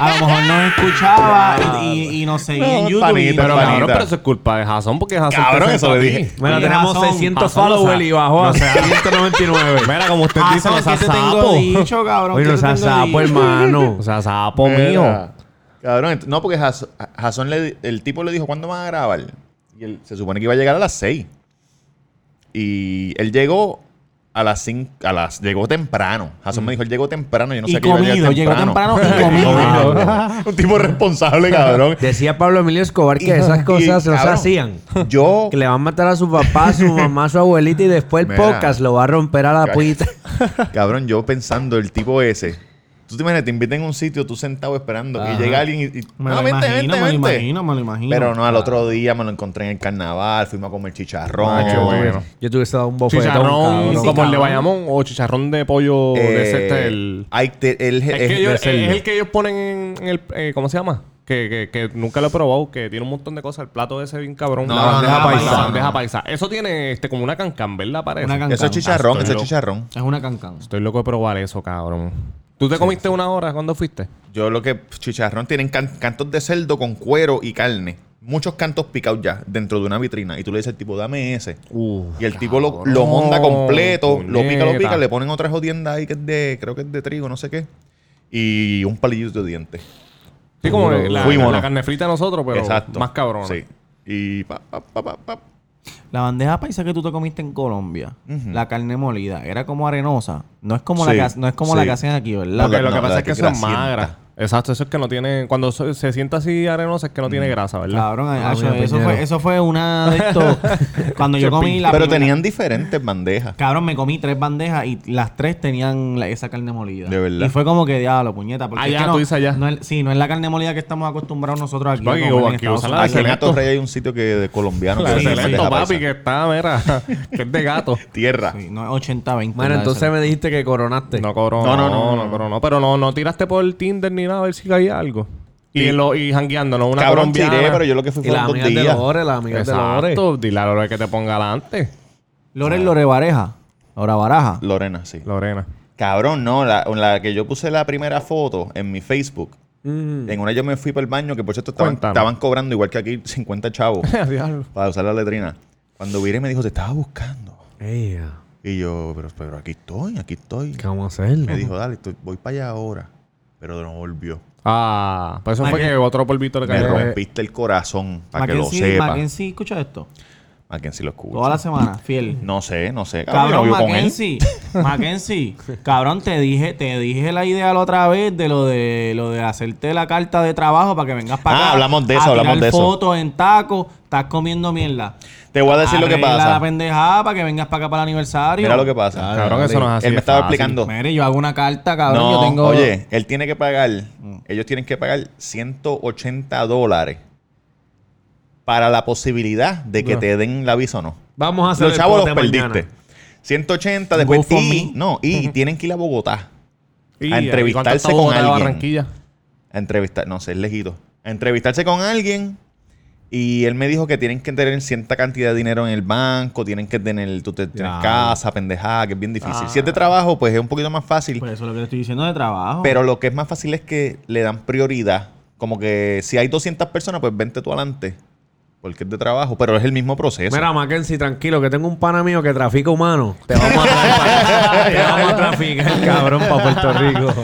S4: A lo mejor no escuchaba y, y- y nos seguía
S3: No,
S4: en YouTube.
S3: panita,
S4: y-
S2: Pero
S3: panita.
S2: cabrón, pero eso es culpa de Jason porque Jason. te
S3: Cabrón,
S2: sentó
S3: eso le
S2: a ti.
S3: dije.
S1: Bueno,
S4: Y
S1: tenemos
S4: Jason,
S1: 600
S2: Jason no
S1: followers
S2: sa-
S1: y bajó
S2: no
S1: a
S2: sea-
S1: 199.
S2: Mira, como usted
S4: Ah,
S2: dice,
S4: son,
S2: no sea
S4: ¿qué te tengo
S2: sapo.
S4: dicho, cabrón?
S1: Oye,
S4: ¿Qué
S1: no
S4: te
S1: seas
S4: tengo
S1: sapo,
S4: dicho?
S1: hermano.
S2: O sea, sapo mío.
S3: Mira, Cabrón, ent- no, porque Jas- Ja- Jason, le, el tipo le dijo, ¿cuándo van a grabar? Y él se supone que iba a llegar a las 6. Y él llegó a las 5, a las, llegó temprano. Jason me dijo, él llegó temprano, yo no
S4: Y
S3: sé qué iba a llegar
S4: comido, llegó temprano y
S3: comido. Un tipo responsable, cabrón.
S1: Decía Pablo Emilio Escobar
S3: Y-
S1: que esas
S3: y,
S1: cosas no se
S3: cabrón,
S1: hacían.
S3: Yo,
S1: Que le van a matar a su papá, a su mamá, a su abuelita y después el
S3: Mira.
S1: podcast lo va a romper a la
S3: Ca-
S1: puñita.
S3: cabrón, yo pensando, el tipo ese. Tú te imaginas, te invitan a un sitio, tú sentado esperando, y llega alguien y... y
S4: Me
S3: "No,
S4: lo
S3: vente,
S4: imagino,
S3: vente,
S4: me lo
S3: vente".
S4: imagino, me lo imagino.
S3: Pero no, al otro día me lo encontré en el carnaval, fuimos a comer chicharrón.
S2: Ah, qué
S3: Yo-
S2: bueno.
S1: Yo tuve dado un bofetón,
S2: Chicharrón,
S1: cabrón.
S2: como el de
S4: Cabrón.
S2: Bayamón, o chicharrón de pollo de
S3: Eh,
S2: este, el-
S3: hay te- el-
S2: Es,
S3: es
S2: que ellos-
S3: de
S2: es-
S3: cerdo.
S2: es el que ellos ponen en, en el... eh, ¿Cómo se llama? Que, que, que nunca lo he probado, que tiene un montón de cosas. El plato ese bien cabrón.
S3: No, no, no, no,
S2: La
S3: no,
S2: bandeja
S3: no.
S2: paisa. Eso tiene este, como una cancán, ¿verdad? Parece.
S4: Una cancán.
S3: Eso es chicharrón,
S2: Estoy
S3: eso es
S2: loco.
S3: chicharrón.
S4: Es una cancán.
S2: Estoy loco de probar eso, cabrón. ¿Tú te comiste una hora cuando fuiste?
S3: Yo lo que chicharrón tienen can- cantos de cerdo con cuero y carne. Muchos cantos picados ya dentro de una vitrina. Y tú le dices al tipo, dame ese. y el tipo lo, lo monta completo, lo pica, lo
S2: puñeta.
S3: pica, le ponen otra jodienda ahí que es de, creo que es de trigo, no sé qué. Y un palillito de dientes.
S2: Sí, como
S3: Fuimos,
S2: la,
S3: fuimos,
S2: la
S3: ¿no?
S2: carne frita de nosotros, pero
S3: Exacto.
S2: más cabrón.
S3: Sí. Y pa, pa, pa, pa, pa.
S4: La bandeja paisa que tú te comiste en Colombia,
S3: Ujú.
S4: la carne molida, era como arenosa. No es como,
S3: Sí,
S4: la, que, no es como la
S3: sí.
S4: que hacen aquí, ¿verdad?
S3: No,
S2: Porque
S3: la-
S2: lo que
S3: la
S2: pasa es
S3: que
S2: que son
S3: grasienta.
S2: magras. Exacto, eso es que no tiene. Cuando se, se sienta así arenosa es que no tiene grasa, ¿verdad?
S4: Cabrón,
S1: Ah,
S4: eso,
S1: mira,
S4: eso
S1: Piñero.
S4: fue, eso fue una de estos. cuando yo comí la.
S3: Pero
S4: primera-
S3: tenían diferentes bandejas.
S4: Cabrón, me comí tres bandejas y las tres tenían la- esa carne molida.
S3: De verdad.
S4: Y fue como que diablo, puñeta.
S1: Ah,
S4: Porque
S2: Allá,
S4: es que no,
S2: tú dices allá.
S4: no es- sí, no es la carne molida que estamos acostumbrados nosotros aquí. a
S2: Porque
S4: comer en
S2: aquí
S4: Estados
S2: usan la-
S4: Unidos.
S3: Aquí en
S2: Ah, Excelente.
S3: Gato Rey hay un sitio que de colombiano.
S2: La
S3: que
S2: de
S3: hace
S2: Celento,
S3: bandeja
S2: papi,
S3: paisa.
S2: que está, mira, que es de gato.
S3: Tierra.
S4: Sí, no es 80-20.
S1: Bueno,
S4: la de
S1: entonces
S4: esa.
S1: me dijiste que coronaste.
S2: No
S3: No,
S2: coronó. No,
S3: no,
S2: no,
S3: no, no,
S2: no, coronó. Pero no, no tiraste por Tinder ni nada a ver si caía algo. Y, lo, y jangueándonos una
S3: Cabrón,
S2: colombiana.
S3: tiré, pero yo lo que fui
S1: y
S3: fue
S1: las
S3: dos
S1: amigas de
S3: días.
S1: Lore, las amigas de Lore.
S2: Exacto, dile a Lore que te ponga adelante.
S4: Lore, Lore Bareja. Lore Baraja.
S3: Lorena, sí.
S2: Lorena.
S3: Cabrón, no, la, la que yo puse la primera foto en mi Facebook.
S1: Mm.
S3: En una yo me fui para el baño, que por cierto estaban,
S2: Cuéntanos.
S3: estaban cobrando igual que aquí 50 chavos
S2: Diablo.
S3: para usar la letrina. Cuando viré me dijo, te estaba buscando.
S1: Ey,
S3: Y yo, pero, pero aquí estoy, aquí estoy.
S1: ¿qué vamos a hacer?
S3: Me dijo, dale, estoy- voy para allá ahora. Pero no volvió.
S2: Ah, pues eso
S4: Ay,
S2: fue que otro polvito le
S3: Me
S2: cayó.
S3: rompiste el corazón, para que lo sepa.
S4: Mackenzie, escucha esto.
S3: Mackenzie lo escucha.
S4: Toda la semana, fiel.
S3: No sé, no sé. yo
S4: Cabrón,
S3: vivo con él.
S4: Mackenzie, Mackenzie, cabrón, te dije, te dije la idea la otra vez de lo de lo de hacerte la carta de trabajo para que vengas para
S3: Ah,
S4: acá.
S3: hablamos de eso,
S4: a tirar
S3: hablamos de eso.
S4: fotos en tacos, estás comiendo mierda.
S3: Te voy a decir lo que
S4: Arregla
S3: pasa.
S4: la pendejada para que vengas para acá para el aniversario.
S3: Mira lo que pasa.
S2: Cabrón, eso no es así.
S3: Él me
S2: de
S3: estaba
S2: fácil.
S3: explicando.
S4: Mire, yo hago una carta, cabrón,
S3: no,
S4: yo tengo
S3: oye, él tiene que pagar, ellos tienen que pagar 180 dólares para la posibilidad de que te den la visa o no.
S1: Vamos a hacer
S3: Los
S1: el
S3: chavos
S1: pote
S3: los perdiste.
S1: mañana.
S3: 180 después
S4: Go for
S3: y,
S4: me.
S3: no, y tienen que ir a Bogotá a
S2: Y, ¿y cuánto
S3: entrevistarse
S2: está
S3: con
S2: Bogotá de
S3: alguien.
S2: Barranquilla?
S3: a entrevistar, no sé, es lejito, a entrevistarse con alguien y él me dijo que tienen que tener cierta cantidad de dinero en el banco, tienen que tener, tú te, tienes
S1: Ya.
S3: casa, pendejada, que es bien difícil. Si es de trabajo, pues es un poquito más fácil.
S4: Ah. Pues eso es lo que te estoy diciendo de trabajo.
S3: Pero lo que es más fácil es que le dan prioridad. Como que si hay 200 personas, pues vente tú adelante. Porque es de trabajo, pero es el mismo proceso.
S1: Mira, Mackenzie, tranquilo, que tengo un pana mío que trafica humanos. Te vamos a traficar. te vamos a traficar, cabrón, para Puerto Rico.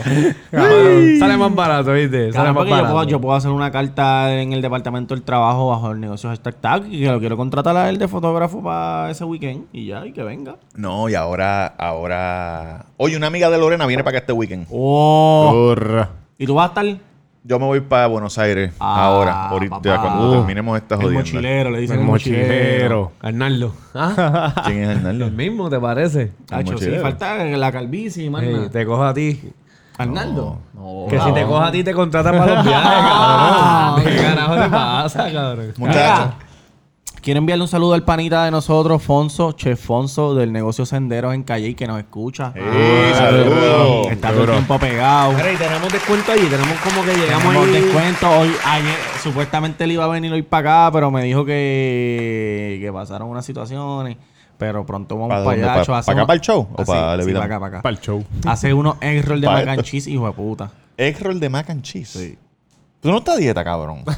S1: Cabrón, sale más barato, ¿viste? Sale
S4: Claro,
S1: más
S4: porque yo
S1: barato.
S4: puedo, yo puedo hacer una carta en el departamento del trabajo bajo el negocio hashtag tag y que lo quiero contratar a él de fotógrafo para ese weekend y ya, y que venga.
S3: No, y ahora, ahora. Oye, una amiga de Lorena viene para acá este weekend.
S4: ¡Oh!
S2: Urra.
S4: ¿Y tú vas a estar?
S3: Yo me voy para Buenos Aires
S4: Ah,
S3: ahora, ahorita,
S4: papá.
S3: cuando terminemos esta
S4: El
S3: jodienda.
S4: mochilero, le dicen
S2: El mochilero.
S1: Arnaldo. Ah,
S3: ¿Quién es
S1: lo
S3: Arnaldo?
S1: mismo, ¿te parece?
S4: Cacho, sí,
S3: mochilero.
S4: falta la calvicie, man.
S1: Ey, te cojo a ti.
S4: ¿Arnaldo?
S1: que si te cojo a ti, te contratan para los viajes, cabrón. ¿Qué carajo te pasa, cabrón?
S3: Muchachos.
S4: Quiero enviarle un saludo al panita de nosotros, Fonso, Chef Fonso, del negocio Senderos en Calle, que nos escucha. Ah,
S3: ¡Ey, saludos!
S4: Está todo el tiempo pegado.
S1: Mira, y tenemos descuento allí. Tenemos como que llegamos
S4: Tenemos
S1: ahí.
S4: descuento. Hoy, ayer, supuestamente él iba a venir hoy para acá, pero me dijo que, que pasaron unas situaciones. Pero pronto vamos
S3: ¿Para
S4: para
S3: dónde?
S4: allá.
S3: ¿Para-
S4: cho,
S3: para
S4: hace
S3: acá,
S4: uno-
S3: para el show o
S4: Así,
S3: para la
S4: sí,
S3: vida?
S4: para acá, para acá.
S2: Para el show.
S4: Hace unos egg roll de
S3: Para
S4: mac and
S3: esto.
S4: cheese, hijo de puta.
S3: Egg roll de mac and cheese. Tú no estás a dieta, cabrón.
S4: Yo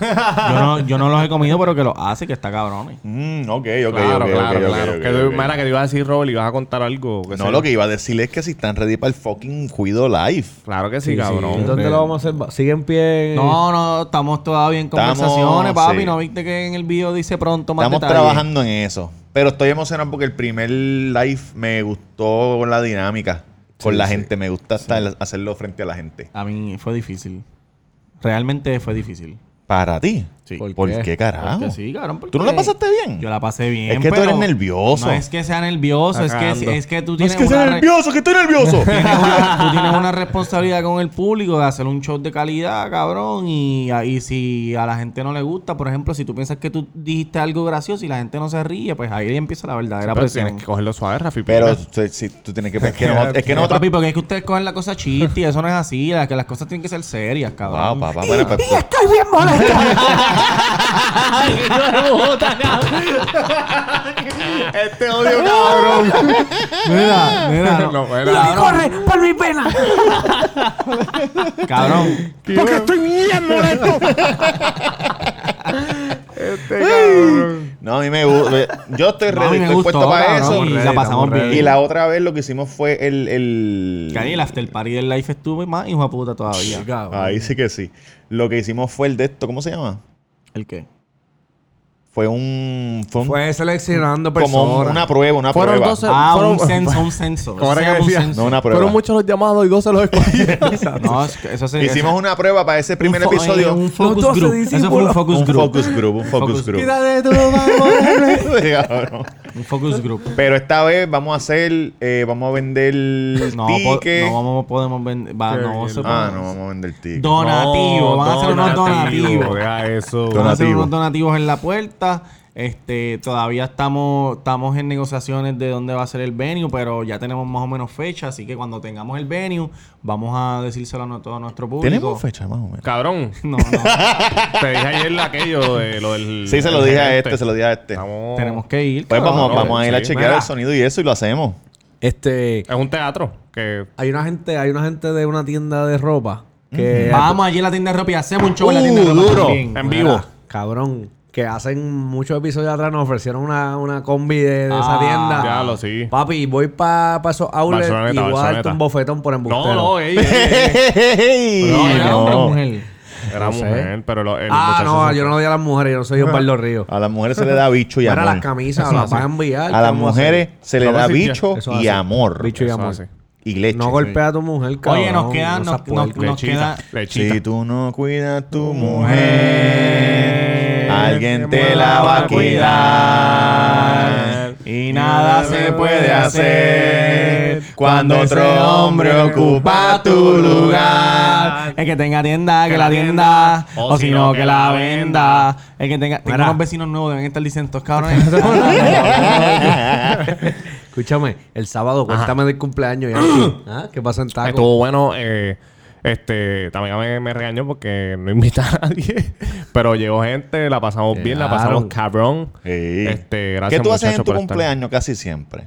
S4: no, yo no los he comido, pero que los hace, que está cabrón. eh.
S3: Mm, ok, ok, ok.
S2: Claro,
S3: ok,
S2: claro,
S3: ok,
S2: claro.
S3: ok,
S2: Que tú-
S3: ok.
S2: Mira, que te iba a decir, Robert, y vas a contar algo.
S3: No,
S2: sé.
S3: lo que iba a decirle es que si están ready para el fucking Cuido Live.
S2: Claro que sí,
S1: ¿Y
S2: cabrón.
S1: ¿Dónde lo vamos a hacer? ¿Sigue en pie?
S4: No, no, estamos todavía en
S3: Estamos-
S4: conversaciones, papi.
S3: sí.
S4: ¿No viste que en el video dice pronto más
S3: Estamos
S4: detalles?
S3: trabajando en eso. Pero estoy emocionado porque el primer live me gustó la dinámica con la gente. Me gusta hasta el- hacerlo frente a la gente.
S4: A mí fue difícil. Realmente fue difícil.
S3: Para ti.
S4: Sí.
S3: ¿Por,
S1: ¿Por
S3: qué,
S1: qué?
S3: carajo?
S4: Porque sí, cabrón,
S3: ¿Tú no
S4: porque-
S3: la pasaste bien?
S4: Yo la pasé bien.
S3: Es que tú
S4: pero
S3: eres nervioso.
S4: No es que sea nervioso, es que,
S2: Cagando.
S4: es que tú
S3: No es
S4: tienes,
S3: que estoy
S4: una re-
S3: nervioso, que estoy nervioso.
S4: tienes una- tú tienes una responsabilidad con el público de hacer un show de calidad, cabrón. Y, ah, y si a la gente no le gusta, por ejemplo, si tú piensas que tú dijiste algo gracioso y la gente no se ríe, pues ahí empieza la verdadera
S2: Pero
S1: pues,
S4: presión.
S2: tienes que cogerlo suave, Rafi.
S3: Pero
S2: Pina.
S3: tú, sí, tú tienes que... Es que, no, es que
S4: No,
S3: nosotros-
S4: Eh, papi, porque es que ustedes cogen la cosa chiste y eso no es así. la- que las cosas tienen que ser serias,
S3: Wow,
S4: cabrón.
S3: Ah, papá, pues, para, para- Este odio cabrón.
S4: Mira, mira. no.
S2: No, era-
S1: ¡Corre! ¡Por mi pena!
S4: Cabrón.
S1: ¡Porque estoy bien molesto!
S3: No, a mí me gusta. Yo estoy
S4: No, a mí
S3: ready,
S4: me
S3: estoy
S4: gustó,
S3: puesto para
S4: cabrón,
S3: eso.
S4: y
S3: Y-
S4: la pasamos
S2: estamos
S4: bien.
S2: ready.
S3: Y la otra vez lo que hicimos fue el. el...
S4: Cari, el after party del life estuvo más hijo de puta todavía.
S3: Ahí sí que sí. Lo que hicimos fue el de esto, ¿cómo se llama?
S4: ¿El qué?
S3: Fue un. Fue un-
S1: Fue seleccionando personas.
S3: como una prueba, una
S2: Fueron
S3: prueba.
S2: 12
S4: Ah, un
S2: fueron-
S4: censo, un censo.
S2: ¿Cómo era
S4: Ese
S2: que
S4: era un
S2: decía?
S4: censo.
S3: No, una prueba.
S2: Fueron muchos los llamados y 12 los escogieron.
S4: No, es que eso se
S3: Hicimos una prueba para ese primer
S4: un fo-
S3: episodio.
S4: Un
S3: Un
S4: focus
S1: Los doce
S4: group. Eso fue un
S1: discípulos.
S4: focus group.
S3: focus group, un focus
S4: Focus
S3: group.
S2: Quítate tu mamá.
S3: Cabrón.
S4: Un focus group.
S3: Pero esta vez vamos a hacer, eh, vamos a vender
S4: No, po-
S3: tickets.
S4: no vamos, podemos vender. Va, no se puede.
S3: ah, no vamos a vender tickets.
S4: Donativo. van a hacer unos donativos.
S2: Deja eso.
S4: Van a hacer
S3: Donativo.
S4: unos donativos en la puerta. Este, todavía estamos, estamos en negociaciones de dónde va a ser el venue, pero ya tenemos más o menos fecha, así que cuando tengamos el venue, vamos a decírselo a no- todo nuestro público.
S3: Tenemos fecha más o menos.
S2: Cabrón,
S4: No, no,
S2: te dije ayer aquello de lo del.
S3: Sí, se lo dije a este, se lo dije a este.
S2: Estamos-
S4: tenemos que ir.
S3: Pues vamos,
S2: no,
S3: vamos a ir a
S2: sí.
S3: chequear
S1: Mira.
S3: el sonido y eso y lo hacemos.
S1: Este.
S2: Es un teatro que
S1: Hay una gente, hay una gente de una tienda de ropa que.
S4: Vamos allí a la tienda de ropa y hacemos un show en la
S3: Uh,
S4: tienda de ropa
S3: duro.
S4: también.
S2: Ah, en vivo.
S1: Cabrón. Que hacen muchos episodios atrás nos ofrecieron una, una combi de, de esa
S4: Ah,
S1: tienda.
S2: ya lo sí.
S1: Papi, voy para pa esos outlets
S2: Barceloneta,
S1: y voy a darte
S2: Barceloneta.
S1: un bofetón por embustero.
S2: No, eh, no, ey, ey, ey.
S4: No, era
S3: No.
S4: hombre o mujer.
S2: Era
S1: No sé.
S2: mujer, pero lo- el
S1: Ah,
S2: muchacho
S1: no,
S2: se-
S1: yo no lo di a las mujeres, yo no soy Osvaldo Río.
S3: A las mujeres se le da bicho y
S1: Para las
S3: amor.
S1: camisas, las vas a enviar.
S3: A las
S1: ¿cómo
S3: mujeres se le
S2: Lo
S3: da
S2: vas a decir,
S3: bicho
S1: eso
S3: y
S1: hace.
S3: amor.
S1: Bicho y
S2: Eso
S1: amor.
S2: hace.
S3: Y leche.
S2: eh,
S1: No golpea a tu mujer, cabrón.
S4: Oye, nos queda,
S1: no
S4: nos,
S1: seas
S4: nos,
S1: puerco.
S4: nos
S2: Lechita,
S4: queda.
S2: lechita.
S3: Si tú no cuidas tu mujer, alguien te la va a cuidar.
S4: Y
S3: Nada se puede hacer cuando otro hombre ocupa tu lugar.
S4: El que tenga tienda, que, la tienda. O si no, que la venda. El que tenga. Tengo
S1: Mira.
S4: unos vecinos nuevos, deben estar diciendo estos cabrones.
S1: Escúchame, el sábado, cuéntame del cumpleaños. Yankee. ¿Ah? ¿Qué pasa en taco?
S2: Estuvo bueno. eh, este, también me, me regañó porque no invita a nadie. Pero llegó gente, la pasamos bien, la pasamos
S1: Llegaron.
S2: cabrón.
S3: Sí.
S2: Este,
S3: ¿Qué
S2: gracias
S3: tú haces en
S2: muchachos,
S3: tu
S2: por estar.
S3: cumpleaños casi siempre?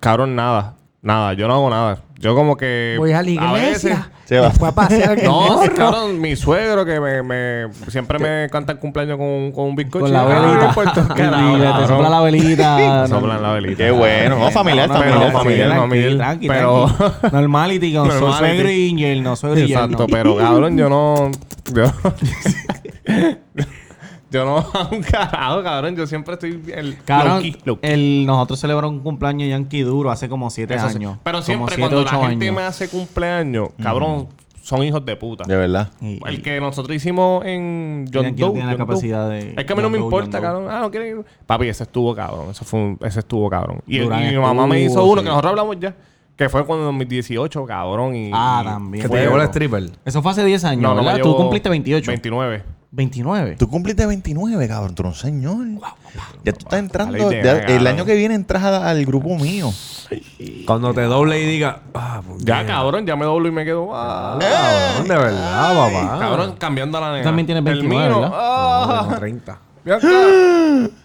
S2: Cabrón, nada. Nada, yo no hago nada. Yo como que.
S1: Voy a la iglesia.
S3: Se va.
S1: Después a pasear en el
S2: No,
S1: morro.
S2: cabrón, mi suegro que me, me- siempre me canta el cumpleaños con, con un bizcocho.
S4: Con la
S2: Ah, no
S4: velita.
S2: importa,
S4: Y
S2: carajo,
S4: le- Te
S2: cabrón.
S4: sopla la velita.
S2: Soplan la velita.
S3: Qué bueno. No, familiar,
S2: No, no,
S3: familiar.
S2: no, familiar,
S3: familiar.
S2: no. familiar,
S4: Tranqui,
S2: pero-
S4: tranqui. Normality con su
S2: Normality.
S4: suegro y yerno, suegro y yerno.
S2: Exacto, pero cabrón, yo no. Yo no. yo no hago un carajo, cabrón. Yo siempre estoy. El,
S4: Cabrón,
S2: low-key, low-key.
S4: el, nosotros celebramos un cumpleaños yankee duro hace como siete
S2: Eso sí.
S4: años.
S2: Pero
S4: este Como
S2: siempre
S4: siete,
S2: cuando la
S4: ocho
S2: gente
S4: años. Mm.
S2: me hace cumpleaños, cabrón, son hijos de puta.
S3: De verdad.
S4: Y-
S2: El
S4: y-
S2: que nosotros hicimos en John
S4: Yankee no
S2: Doe.
S4: tiene la
S2: John Doe.
S4: capacidad de-
S2: Es que a mí no
S4: John
S2: me
S4: Doe,
S2: importa,
S4: John Doe.
S2: cabrón. Ah, no quieren ir. Papi, ese estuvo cabrón. Eso fue un- ese estuvo cabrón. Y, el-
S4: Durán
S2: y mi mamá me hizo
S4: estuvo,
S2: uno
S4: sí.
S2: que nosotros hablamos ya. Que fue cuando en mis 18, cabrón. Y,
S4: Ah,
S2: y
S4: también.
S1: Que te
S2: fue-
S1: llegó el stripper.
S4: Eso fue hace 10 años,
S2: No, no, me
S4: ¿verdad? Tú
S2: llevó
S4: cumpliste 28.
S2: 29.
S4: 29.
S3: Tú cumpliste 29, cabrón. Tú no señor. Ya tú estás entrando.
S2: Dale,
S3: ya-
S2: cabrón.
S3: el año que viene entras a- al grupo mío.
S1: Cuando te doble y diga, ah,
S2: Ya,
S1: puñeta,
S2: cabrón, ya me doblo y me quedo. ah,
S1: cabrón, de verdad, papá.
S2: Cabrón, cambiando a la nena.
S4: Ah. también tienes 29,
S2: El mío.
S4: ¿verdad?
S2: ah,
S1: No, 30.
S2: ya está.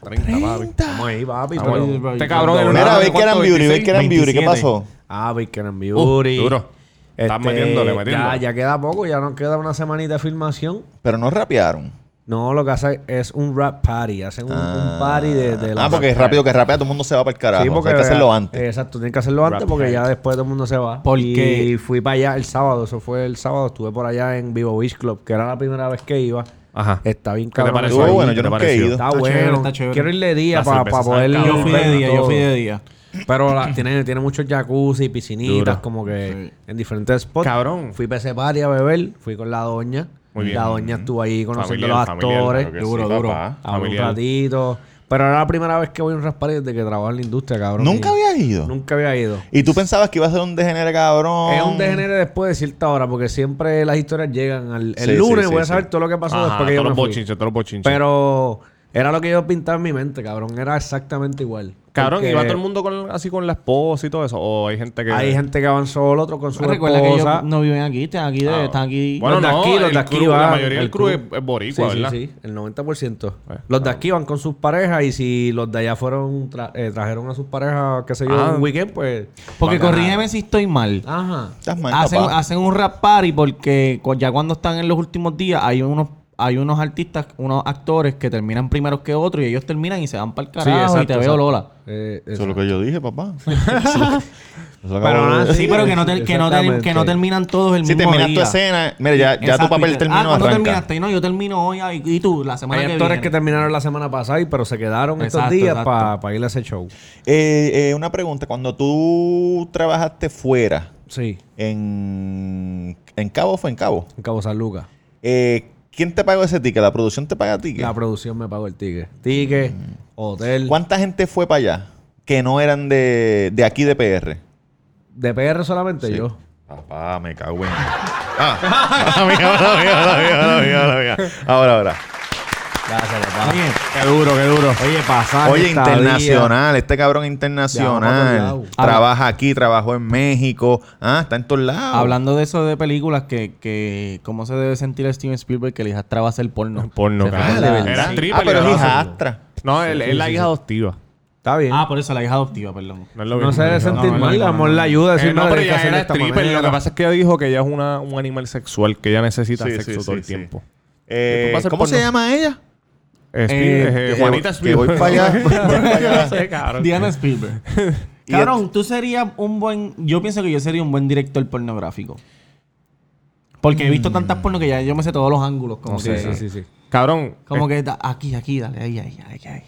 S2: 30, papi.
S1: Vamos ahí, papi.
S2: Ah, bueno,
S1: pero-
S2: Este cabrón el
S3: Mira,
S2: hermano,
S3: ve que eran
S2: ¿cuánto?
S3: beauty, ve que eran beauty. ¿Qué
S4: 27.
S3: pasó?
S1: Ah, Big and
S2: Uh,
S1: Beauty. Este,
S2: duro. Estás
S4: Este,
S2: metiéndole,
S1: Ya,
S2: metiéndole.
S1: ya queda poco, ya nos queda una semanita de filmación.
S3: Pero no rapearon.
S1: No, lo que hace es un rap party. Hacen un, un party de, de la-
S3: Ah, porque es rápido que rapea, todo el mundo se va para el carajo.
S1: Sí, porque
S3: Hay que hacerlo
S1: eh,
S3: antes.
S1: Exacto, tienen que hacerlo antes
S2: Rap
S1: porque
S2: party.
S1: ya después todo el mundo se va.
S4: Porque-
S1: Y fui para allá el sábado, eso fue el sábado. Estuve por allá en Vivo Beach Club, que era la primera vez que iba.
S2: Ajá.
S1: Está bien
S2: te
S1: cabrón.
S2: pareció?
S1: Está
S3: Estuvo
S2: ahí,
S3: bueno,
S2: ¿qué
S3: yo
S2: te
S3: nunca he
S2: pareció?
S3: ido.
S1: bueno.
S4: chévere, está chévere.
S1: Quiero irle día
S2: Las
S1: para
S2: cervezas
S1: poder.
S2: están
S4: Yo fui de
S1: verlo
S4: día, yo
S1: todo.
S4: fui de día.
S1: Pero la- tiene, tiene muchos jacuzzi, piscinitas,
S2: Duro.
S1: como que en diferentes spots.
S2: Cabrón.
S1: Fui para ese party a beber, fui con la doña.
S2: Muy bien.
S1: La doña estuvo ahí conociendo
S2: Familiar,
S1: a los
S2: familiar,
S1: actores.
S2: claro que
S4: Duro,
S2: sí,
S4: duro.
S2: papá.
S1: hablé un
S2: Familiar.
S1: ratito. Pero era la primera vez que voy a un raspar desde que trabajo en la industria, cabrón.
S3: Nunca
S1: Y-
S3: había ido.
S1: Nunca había ido.
S3: Y tú pensabas que iba a ser un degenere, cabrón.
S1: Es un degenere después de cierta hora, porque siempre las historias llegan al el
S3: Sí, sí,
S1: lunes.
S3: sí,
S1: voy a
S3: sí.
S1: saber todo lo que pasó
S2: Ajá,
S1: después que yo
S2: todos
S1: me
S2: los
S1: fui.
S2: bochinches, todos los bochinches.
S1: Pero Era lo que yo pintaba en mi mente, cabrón. Era exactamente igual.
S2: Cabrón,
S1: Porque
S2: ¿y va todo el mundo con, así con la esposa y todo eso? ¿O hay gente que...?
S1: Hay gente que van solo, otro con su
S4: Ah, Recuerda que
S1: esposa.
S4: ellos no viven aquí, están aquí, de-
S2: Ah,
S4: están aquí.
S2: Bueno,
S1: los de
S2: no,
S1: aquí, los
S2: el
S1: de aquí
S2: crew,
S1: van.
S2: La mayoría del
S1: el
S2: crew es,
S1: crew.
S2: es
S1: Sí,
S2: boricua,
S1: sí,
S2: ¿verdad?
S1: sí, el 90%.
S2: Eh,
S1: los de aquí van con sus parejas y si los de allá fueron tra- eh, trajeron a sus parejas, qué sé yo,
S2: Ah.
S1: un weekend, pues...
S4: Porque
S1: van a-
S4: corrígeme si estoy mal.
S1: Ajá.
S3: Estás mal,
S4: hacen,
S3: papá.
S4: hacen un rap party porque cu- ya cuando están en los últimos días hay unos hay unos artistas, unos actores que terminan primeros que otros y ellos terminan y se van para el carajo y
S1: exacto,
S4: te veo
S1: exacto.
S4: Lola.
S1: Eh,
S3: Eso es lo
S1: exacto.
S3: que yo dije, papá. Eso es lo que- eso es lo que
S1: Pero
S3: acabo de
S1: nada,
S3: decir.
S4: Ah, Sí, pero que no, te- que, no te-
S1: exactamente.
S4: que no terminan todos el
S3: Si
S4: mismo día.
S3: terminas tu escena, mira, ya, ya tu
S4: Exacto, y
S3: papel
S4: te-
S3: terminó,
S4: Ah, ¿cuándo
S3: arranca.
S4: terminaste? No, yo termino hoy. ah, ¿Y, y tú? La semana
S1: Hay
S4: que
S1: actores
S4: viene.
S1: que terminaron la semana pasada, y- pero se quedaron
S4: Exacto,
S1: estos días
S4: exacto.
S1: para ir a ese show.
S3: Eh, eh, una pregunta, cuando tú trabajaste fuera,
S1: Sí,
S3: en, en Cabo fue en Cabo,
S1: en Cabo San Lucas.
S3: eh, ¿quién te pagó ese ticket? ¿La producción te paga ticket?
S1: La producción me pagó el ticket. Ticket,
S2: Mm.
S1: hotel.
S3: ¿Cuánta gente fue para allá que no eran de, de aquí de PR?
S1: De PR solamente
S3: Sí.
S1: yo.
S3: Papá, me cago en. Ah, ahora, mira, ahora, mira, ahora, mira, ahora, mira, ahora, mira. ahora, ahora.
S1: Gracias,
S4: Oye,
S2: Qué duro, qué duro.
S1: Oye,
S4: Ah,
S1: pasaje,
S3: Oye,
S1: estadía.
S3: internacional, este cabrón
S1: Viajamos a
S3: internacional.
S1: todos lados.
S3: Trabaja aquí, trabajó en México. Ah, está en todos lados.
S4: hablando de eso de películas, que, que ¿cómo se debe sentir Steven Spielberg que la hijastra va a hacer porno?
S2: Porno,
S4: Se
S2: cabrón.
S4: fue la-
S3: verdad.
S2: Era
S4: Sí.
S2: triple.
S3: Ah, pero es
S2: cabrón.
S3: hijastra.
S2: No, él- es la hija adoptiva.
S1: Está bien.
S4: Ah, por eso, la hija adoptiva, perdón.
S2: No, es lo
S1: no
S2: mismo,
S1: se debe
S2: hija.
S1: sentir
S4: no, no,
S1: mal.
S4: no,
S1: el amor
S4: no.
S1: la ayuda.
S2: Eh,
S1: decirme
S2: no,
S1: lo
S2: pero
S1: que hay que
S2: ella
S1: hacer de
S2: era
S1: esta
S2: stripper. Lo que
S1: manera.
S2: pasa es que ella dijo que ella es una, un animal sexual, que ella necesita
S3: Sí,
S2: sexo
S3: sí,
S2: todo el
S3: sí,
S2: tiempo.
S3: Eh,
S2: Tú vas a hacer
S3: ¿Cómo se
S2: porno.
S3: llama ella?
S2: Es-
S4: Eh,
S2: eh,
S3: que-
S2: Juanita
S3: que
S2: Spielberg.
S3: voy pa' allá. Voy pa' allá.
S2: No sé, cabrón.
S4: Diana Spielberg.
S3: Y
S4: Cabrón, tú serías un buen. Yo pienso que yo sería un buen director pornográfico. Porque he visto tantas porno que ya yo me Mm. sé todos los ángulos. Como
S1: Sí,
S4: que,
S1: sí, sí, sí.
S2: Cabrón,
S4: Como
S3: Eh.
S4: que da- aquí, aquí, dale, ahí, ahí, ahí, ahí.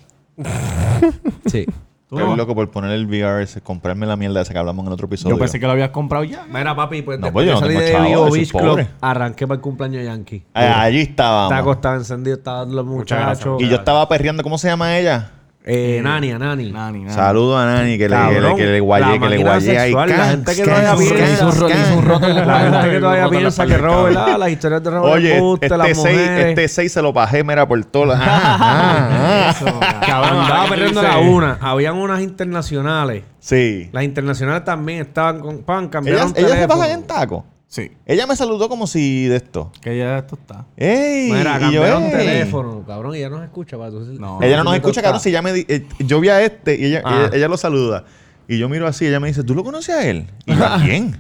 S1: Sí.
S3: Estoy loco por poner el VR, ese, comprarme la mierda esa que hablamos en el otro episodio.
S4: Yo pensé que lo habías comprado ya.
S1: Mira, papi, pues
S3: No,
S1: después
S3: pues yo no
S1: que
S3: tengo
S1: salí de
S3: chavo, yo
S1: Vivo
S3: soy
S1: Beach
S3: pobre.
S1: Club, arranqué para el cumpleaños Yankee.
S3: Ah, Allí
S1: Taco
S3: estábamos.
S1: estaba encendido, estaban los muchachos.
S3: Y yo estaba perreando, ¿cómo se llama ella?
S1: Eh, Nani, a Nani.
S4: Nada, ni nada.
S3: Saludo a Nani, que le, que le,
S1: Cabrón,
S3: que le guayé,
S1: la
S3: que le
S1: máquina
S3: guayé. ahí.
S1: sexual, la
S3: Can,
S1: gente que
S3: can,
S1: todavía
S3: can,
S1: piensa-
S4: Hizo un ro-
S3: can.
S4: hizo un roto en la
S1: La gente que
S4: espalda.
S1: todavía
S2: Roto en la
S1: piensa
S2: espalda,
S1: que Rob,
S2: cabrón.
S1: ¿verdad? Las historias de Rob
S3: Oye,
S1: les gusta,
S3: este
S1: las
S3: 6
S1: mujeres.
S3: este seis se lo pajé, mira, por Ah, todas. las- Ajá, ajá.
S2: cabrón.
S1: Andaba
S2: ahora que
S1: perdiendo
S2: tú
S1: la
S2: dices-
S1: una. Habían unas internacionales.
S3: Sí.
S1: Las internacionales también estaban con pan,
S3: Ellas,
S1: cambiaron
S3: ellas se
S1: teléfono.
S3: pasan en taco.
S4: Sí.
S3: Ella me saludó como si de esto.
S4: Que ya esto está.
S3: ¡Ey!
S1: Mira,
S3: y yo,
S1: cambiaron
S3: ¡ey!
S1: teléfono, cabrón, y ella nos escucha. Para
S4: No.
S3: Ella no nos escucha, cabrón. Si ella me di- eh, yo vi a este y ella,
S2: Ah.
S3: ella, ella lo saluda. Y yo miro así, ella me dice, ¿tú lo conoces a él? ¿Y yo, a quién?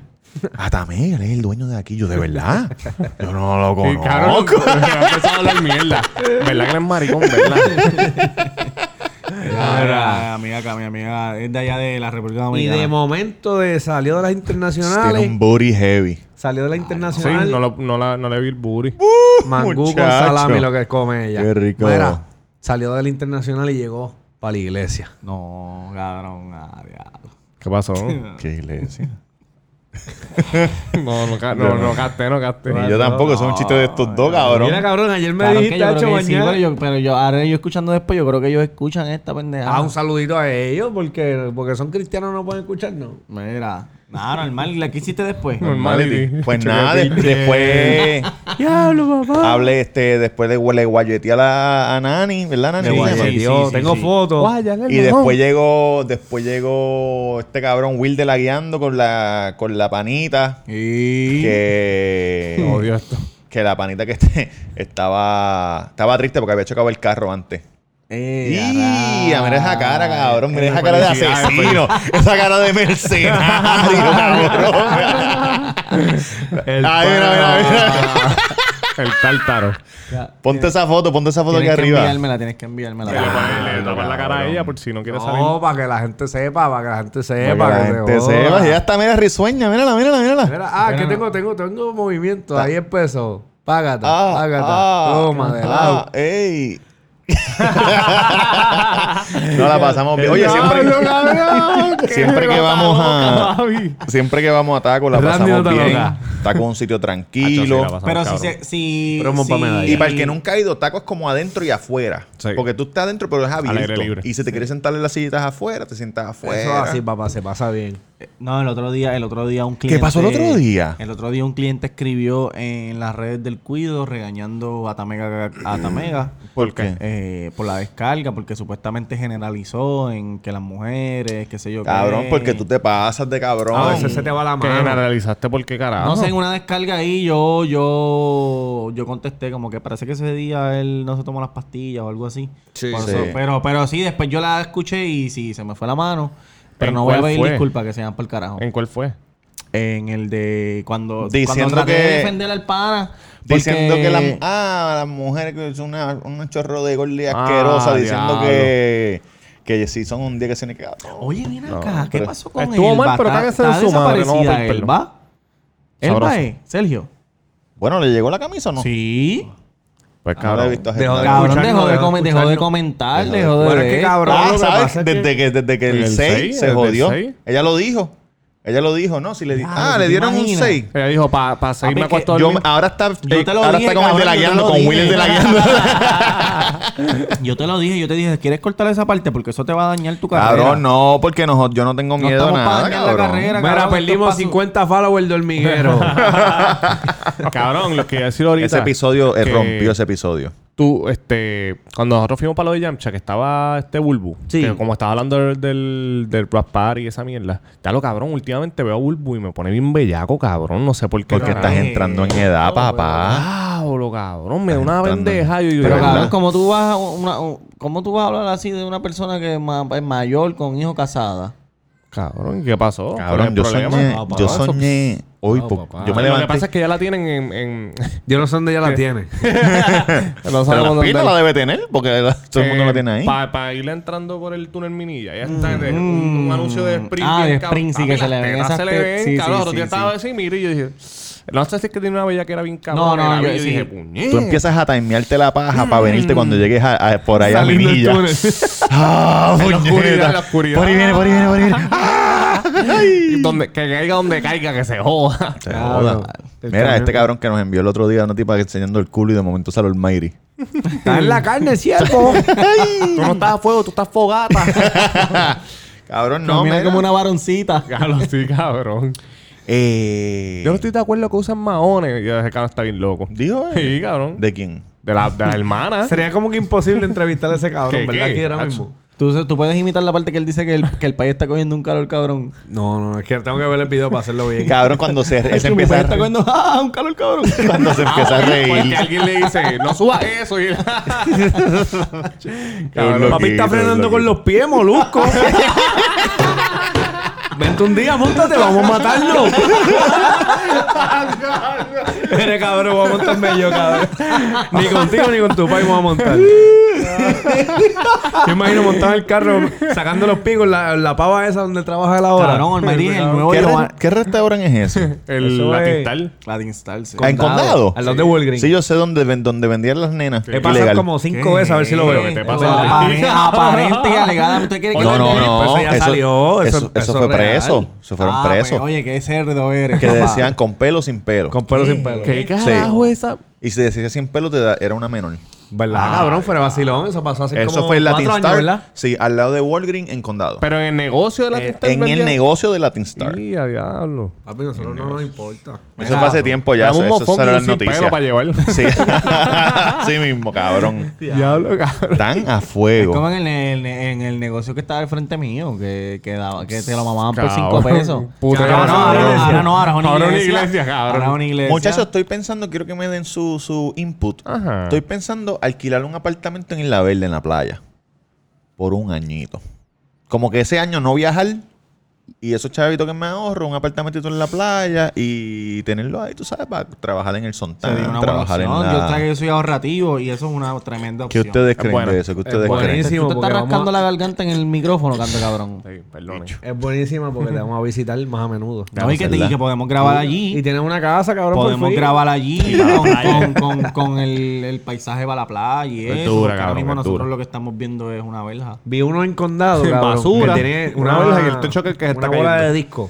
S3: A Tamé, él es el dueño de aquí. Yo, ¿de verdad? Yo no lo
S2: Sí,
S3: conozco.
S2: cabrón, ha empezado a hablar mierda. ¿Verdad que eres maricón? ¿Verdad?
S4: Mira, amiga, acá, mi amiga, es de allá de la República
S1: Y
S4: Dominicana.
S1: de momento de, salió de las
S3: Tiene
S1: internacionales.
S3: un booty heavy.
S1: Salió de la
S2: Sí,
S1: internacional.
S2: no, lo- no, la, no le vi el booty.
S1: mangú con
S3: muchacho.
S1: salami, lo que come ella.
S3: Qué rico.
S1: Mira, salió de la internacional y llegó para la iglesia.
S4: No, cabrón, ah, diablo.
S2: ¿Qué pasó?
S3: ¿Qué iglesia?
S2: No, no, ca- no, no gasté, no gasté.
S3: Ni yo tampoco, eso es un chiste de estos dos,
S1: Mira,
S3: cabrón.
S1: cabrón, ayer me
S4: Claro que
S1: dijiste,
S4: yo creo
S1: hacho,
S4: que sí,
S1: mañana.
S4: pero yo, pero yo, ahora yo escuchando después, yo creo que ellos escuchan esta pendejada.
S1: Ah, un saludito a ellos, porque, porque son cristianos no pueden escucharnos.
S4: Mira, nada, normal. ¿La que hiciste después?
S2: Normality.
S3: Pues nada, de- después
S1: Diablo, papá.
S3: hablé, este, después le, le guayeteé a, la, a Nani, ¿verdad, Nani?
S1: Me
S3: Sí,
S4: guayeteé.
S3: llama.
S4: sí,
S1: guayé, Dios,
S4: sí,
S1: tengo
S4: sí.
S1: fotos.
S3: Y después llegó, después llegó este cabrón Will de la guiando con la, con la panita.
S4: Y...
S3: Que,
S2: Odio esto.
S3: que la panita que este- estaba, estaba triste porque había chocado el carro antes. Y mira esa cara, cabrón. Mira esa cara de
S2: Felicidades,
S3: asesino. Esa cara de mercenario, cabrón.
S2: El
S3: Ay, mira, mira,
S2: pana- El tártaro.
S3: Ponte esa foto, ponte esa foto aquí
S4: Tienes que
S3: arriba.
S4: enviármela, tienes que enviármela.
S2: pues, Le pone-
S3: Ah,
S2: le tapan la cara a ella por si no quiere salir.
S1: No, para que la gente sepa, para que la gente sepa.
S3: Para que
S1: que
S3: la
S1: se
S3: gente
S1: joda.
S3: sepa. Ella está media risueña. Mírala, mírala, mírala.
S1: Mira, ah, que tengo, tengo, tengo movimiento. Ahí empezó. Págata,
S3: Ah,
S1: págata.
S3: ah,
S1: Toma, de
S3: ah,
S1: lado.
S3: ¡Ey! no la pasamos bien. Oye, siempre,
S1: Diablo, cabrón, qué
S3: siempre que
S1: gota
S3: vamos
S1: loca,
S3: a.
S1: papi.
S3: Siempre que vamos a Taco la
S1: Randy
S3: pasamos
S1: no te
S3: bien.
S1: loca.
S3: Taco es un sitio
S2: Hacho,
S3: tranquilo.
S2: sí, la
S4: Pero si...
S2: Cabrón.
S4: se- si
S1: Promo pa'
S4: si-
S1: medalla.
S3: Y para el que nunca ha ido, taco es como adentro y afuera.
S2: Sí.
S3: Porque tú estás adentro, pero es
S2: aire
S3: abierto.
S2: libre.
S3: Y si te quieres sentar en las sillitas afuera, te sientas afuera.
S1: Eso así, papá, se pasa bien.
S4: Eh, No, el otro día, el otro día un cliente...
S3: pasó el otro día?
S4: El otro día un cliente escribió en las redes del Cuido regañando a Tamega... A Tamega
S3: ¿Por qué?
S4: Eh, eh, por la descarga, porque supuestamente generalizó en que las mujeres, qué sé yo. qué.
S3: Cabrón, porque tú te pasas de cabrón.
S1: A veces se te va la
S2: ¿Qué
S1: mano.
S2: generalizaste por qué carajo?
S4: No sé, en una descarga ahí yo, yo, yo contesté como que parece que ese día él no se tomó las pastillas o algo así.
S1: Sí,
S4: Por
S3: sí.
S4: eso- pero, pero sí, después yo la escuché y sí, se me fue la mano. Pero
S2: ¿En
S4: no voy
S2: cuál
S4: a pedir
S2: fue?
S4: disculpas que se llaman por carajo.
S2: ¿En cuál fue?
S4: En el de cuando,
S3: Diciendo
S4: cuando traté de
S3: que-
S4: defender al pana.
S3: Diciendo
S4: porque-
S3: que las, ah, las mujeres que son una, un chorro de gordi
S2: Ah,
S3: asquerosa, diciendo
S2: diablo.
S3: que, que si son un día que se ni quedan.
S4: Ah, Oye, ven acá, ¿qué
S3: pero-
S4: pasó con
S2: Estuvo
S4: Elba?
S2: mal, pero
S4: Está-
S2: cáguese en
S4: está
S2: su madre, no
S4: desaparecida
S2: vamos a perderlo.
S4: Elba.
S2: Sabroso.
S4: Elba, eh, Sergio.
S3: Bueno, ¿le llegó la camisa o no?
S4: Sí.
S2: Pues
S3: Ah, No la he
S2: cabrón.
S3: visto
S1: Dejó de
S3: agendada.
S4: Cabrón, dejó
S1: escucharlo,
S4: de,
S1: dejó de
S4: come- dejó de
S1: escucharlo.
S4: comentar,
S3: Dejó de-
S4: dejó de
S1: Bueno, es que
S4: ver.
S1: cabrón,
S3: Ah,
S1: lo que
S3: ¿sabes?
S1: pasa es que-
S3: desde, que, desde que
S2: Desde
S3: el
S2: el
S3: 6
S2: seis,
S3: se
S2: desde el
S3: jodió.
S2: seis.
S3: Ella lo dijo. Ella lo dijo, ¿no? Si le di-
S4: Claro,
S3: ah, le
S4: ¿te
S3: dieron un
S4: imaginas?
S3: 6.
S2: Ella dijo, para pa seguirme
S4: Papi,
S2: a
S4: que-
S2: cuarto
S3: Yo, ahora está,
S4: Yo te lo
S3: ahora
S4: dije,
S3: está con el de la
S4: cabrón, yo te
S3: guiando,
S4: lo
S3: con
S4: dije.
S3: Willy de la guiando.
S4: Yo te lo dije, yo te dije, ¿quieres cortar esa parte? Porque eso te va a dañar tu carrera.
S3: Cabrón, no, porque no, yo no tengo
S4: No
S3: miedo a
S4: estamos pa'
S3: nada,
S4: dañar la carrera.
S3: cabrón.
S1: Mira,
S4: cabrón,
S1: perdimos
S4: esto es pa' su-
S1: 50 followers del hormiguero.
S2: Cabrón, lo que iba a decir ahorita.
S3: Ese episodio eh,
S2: que
S3: rompió ese episodio.
S2: Tú, este... Cuando nosotros fuimos para lo de Yamcha, que estaba este Bulbu.
S4: Sí.
S2: que como estaba hablando del, del, del Rap Party y esa mierda. Ya lo cabrón, últimamente veo a Bulbu y me pone bien bellaco, cabrón. No sé por qué.
S3: Porque estás
S2: carajo.
S3: entrando en edad, papá.
S2: Diablo, cabrón. Me da
S3: Estás
S2: una
S3: Ah. entrando.
S2: bendeja. Yo, yo,
S4: Pero
S3: ¿verdad?
S4: cabrón, ¿cómo tú, vas a una- ¿cómo tú vas a hablar así de una persona que es, ma- es mayor con hijo casada?
S2: Cabrón, ¿qué pasó?
S3: Cabrón,
S2: ¿Cuál
S3: yo
S2: es el problema? Ah,
S3: soñé,
S1: Papá,
S3: yo
S1: eso-
S3: soñé hoy.
S1: No,
S3: po-
S1: papá.
S3: Yo me
S2: Lo que
S3: levanté.
S2: pasa es que ya la tienen en... en-
S1: Yo no sé dónde ya la tiene.
S2: no
S3: Pero
S2: sabemos
S3: la
S2: dónde-
S3: pila la debe tener, porque la- todo el mundo
S2: Eh,
S3: la tiene ahí.
S2: Para irle entrando por el túnel Minilla. Ya está de-
S3: Mm.
S2: un, un anuncio de Sprint.
S4: Ah,
S2: bien
S4: de
S2: cabrón.
S4: Sprint, sí,
S2: Papi,
S4: que se
S2: las
S4: le ven
S2: tetas
S4: esas
S2: Se le
S4: tetas.
S2: ven,
S4: Sí,
S2: cabrón.
S4: sí,
S2: Otro día
S4: sí,
S2: estaba
S4: sí.
S2: así, mire, y yo dije... No sé si es que tiene una bella que era bien cabrón.
S4: No, no,
S2: era
S4: yo-
S2: bella, y
S4: sí.
S2: dije,
S3: Tú
S2: puñet.
S3: empiezas a timearte la paja para venirte cuando llegues a, a- por ahí a
S2: Salir del
S3: Minilla.
S2: túnel.
S3: ¡Ah,
S2: En la oscuridad, en la
S3: puñeta!
S2: oscuridad.
S3: Por ahí viene, por ahí viene, por ahí viene. ¡Ah!
S2: Donde- que caiga donde caiga, que se joda.
S3: Se joda. Mira, este cabrón que nos envió el otro día una tipa enseñando el culo y de momento sale el Mayri.
S1: Está en la carne, cierto.
S2: tú no estás a fuego, tú estás fogata.
S3: Cabrón,
S4: No,
S3: no,
S4: mira
S3: mira.
S4: como una varoncita.
S2: Cabrón, sí, cabrón.
S3: Eh,
S2: Yo no estoy de acuerdo que usan maones. Yo ese cabrón está bien loco.
S3: ¿Dijo él?
S2: Sí, cabrón. De,
S3: ¿De quién?
S2: la, de la hermana.
S1: Sería como que imposible entrevistar a ese cabrón,
S2: ¿Qué,
S1: ¿verdad?
S2: qué?
S1: Aquí ahora
S2: Ach-
S1: mismo.
S4: Tú, tú puedes imitar la parte que él dice que el, que el país está cogiendo un calor cabrón.
S1: No, no, es que tengo que ver el video para hacerlo bien.
S3: Cabrón, cuando se, él se
S4: Mi
S3: empieza
S4: país está
S3: a re-
S4: cogiendo ¡ah, un calor cabrón.
S3: cuando se empieza a reír.
S2: Porque alguien le dice, no subas eso. Y...
S3: Qué
S1: Cabrón, papi
S3: loquito,
S1: está frenando
S3: loquito.
S1: con los pies, molusco. Vente un día, montate, vamos a matarlo. Eres cabrón, voy a montarme yo, cabrón. Ni contigo ni con tu país vamos a montar. Yo imagino montar el carro sacando los picos, la, la pava esa donde trabaja él ahora.
S4: Cabrón, Olmairi es el
S1: pues,
S4: nuevo
S3: ¿Qué,
S4: Giovanni.
S3: re- ¿Qué restaurante es ese?
S2: El
S1: Eso
S2: la
S1: es-
S2: cristal.
S4: La de instalse.
S3: Ah, ¿En Condado?
S1: Al lado de Walgreens.
S3: Sí, yo sé dónde, ven- dónde vendían las nenas.
S1: He pasado
S3: Ilegal.
S1: como cinco veces a ver si lo
S2: Lo
S1: veo.
S2: que te
S1: Pero-
S2: pasa.
S4: Apare- aparente y alegadamente. ¿Usted quiere que
S3: No,
S4: le-
S3: no, no.
S1: Pues eso ya salió, eso-
S3: eso, eso
S1: eso
S3: fue
S1: es real.
S3: preso. Se fueron
S4: Ah,
S3: presos.
S4: pues, oye, qué cerdo eres.
S3: que
S4: papá.
S3: decían con pelo o sin pelo.
S1: Con pelo sin pelo.
S2: ¿Qué
S3: Sí.
S2: carajo esa?
S3: Y si decía sin pelo, te da- era una menor.
S1: ¿Verdad, cabrón? Fuera vacilón. Eso pasó hace
S3: Eso
S1: como
S3: fue en Latin
S1: cuatro
S3: Star.
S1: años, ¿verdad?
S3: Sí, al lado de Walgreens en Condado.
S2: Pero en el negocio de la cristal.
S3: Eh, en el
S2: vendían-
S3: negocio de Latin Star.
S2: Sí, a diablo.
S1: Papi, nosotros no nos importa.
S3: Eso fue hace tiempo Pues ya.
S2: Dame
S3: Eso,
S2: un
S3: eso
S2: mofón
S3: salió
S2: y
S3: en
S2: un
S3: las
S2: sin pelo
S3: noticias.
S2: para llevarlo.
S3: Sí. sí mismo, cabrón.
S2: Diablo, cabrón.
S3: Tan a
S4: Es como
S3: fuego.
S4: en el, en el- en el negocio que estaba al frente mío, que, que, daba- que te lo mamaban por
S2: Cabrón.
S4: 5 pesos.
S2: Puta,
S4: ahora, no,
S1: cabrón.
S4: ahora, no, ahora no, ahora es una
S2: Ahora una
S4: iglesia.
S2: iglesia, cabrón.
S4: Ahora es una iglesia.
S3: Muchachos, estoy pensando, quiero que me den su, su input.
S2: Ajá.
S3: Estoy pensando alquilar un apartamento en Isla Verde, en la playa. Por un añito. Como que ese año no viajar. Y esos chavitos que me ahorro, un apartamentito en la playa y tenerlo ahí, tú sabes, para trabajar en el Sontán,
S4: Sería una buena
S3: trabajar
S4: opción.
S3: en
S4: Yo sé que
S3: la...
S4: yo soy ahorrativo y eso es una tremenda
S3: ¿Qué
S4: opción.
S3: ustedes creen
S2: buena.
S3: de eso? ¿Qué
S2: Es
S3: ustedes
S2: buena.
S3: creen?
S1: Sí,
S4: Tú te
S1: porque
S4: estás
S1: vamos
S4: rascando
S1: a-
S4: la garganta en el micrófono, canto cabrón.
S2: Sí, perdón.
S1: Es buenísima porque te vamos a visitar más a menudo.
S4: No, y, que te- y que podemos grabar allí.
S1: Y tienes una casa, cabrón. por
S4: Podemos
S1: fin.
S4: grabar allí con, con, con, con el, el paisaje para la playa y
S2: Es
S4: eso.
S2: dura,
S4: porque ahora
S2: cabrón,
S4: mismo
S2: es
S4: nosotros
S2: dura.
S4: lo que estamos viendo es una verja.
S1: Vi uno en condado,
S2: En
S1: cabrón.
S2: basura.
S1: que tiene
S2: Una
S1: una,
S2: verja y el techo que- que se
S1: una
S2: está
S1: bola
S2: cayendo.
S1: de disco.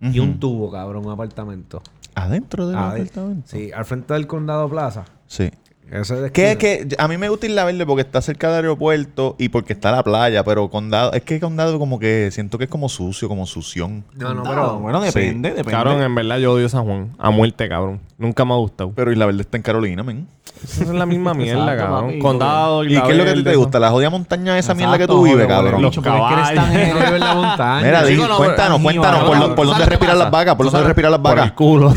S1: Y un tubo, cabrón, un apartamento.
S3: ¿Adentro del
S1: Ah, de-
S3: apartamento?
S1: Sí, al frente del condado plaza.
S3: Sí.
S1: Ese de
S3: Que
S1: esquina.
S3: es que a mí me gusta Isla Verde porque está cerca del aeropuerto y porque está la playa, pero Condado, es que Condado como que siento que es como sucio, como sución.
S1: No, no,
S4: No,
S1: pero...
S4: bueno, depende, depende.
S2: Cabrón, en verdad yo odio San Juan. A muerte, cabrón. Nunca me ha gustado.
S3: Pero Isla Verde está en Carolina, men.
S2: Esa es la misma mierda,
S4: Exacto,
S2: cabrón.
S4: papi.
S2: Condado,
S3: ¿Y qué es lo que a ti te gusta? ¿La jodida montaña esa mierda que tú
S4: Exacto,
S3: vives,
S4: joder,
S3: cabrón?
S4: bicho, porque es que eres tan
S1: Yo no
S4: generoso.
S1: vivo en la montaña.
S3: Mira, di-
S4: Chico, no,
S3: cuéntanos,
S4: pero-
S3: cuéntanos,
S4: Mío,
S3: por,
S4: no,
S3: lo- por
S4: no,
S3: dónde
S4: ¿sabes qué
S3: respiran
S4: pasa?
S3: las vacas, por
S2: ¿Tú
S3: dónde
S2: sabes-
S3: respiran las
S2: por
S3: vacas.
S2: el culo.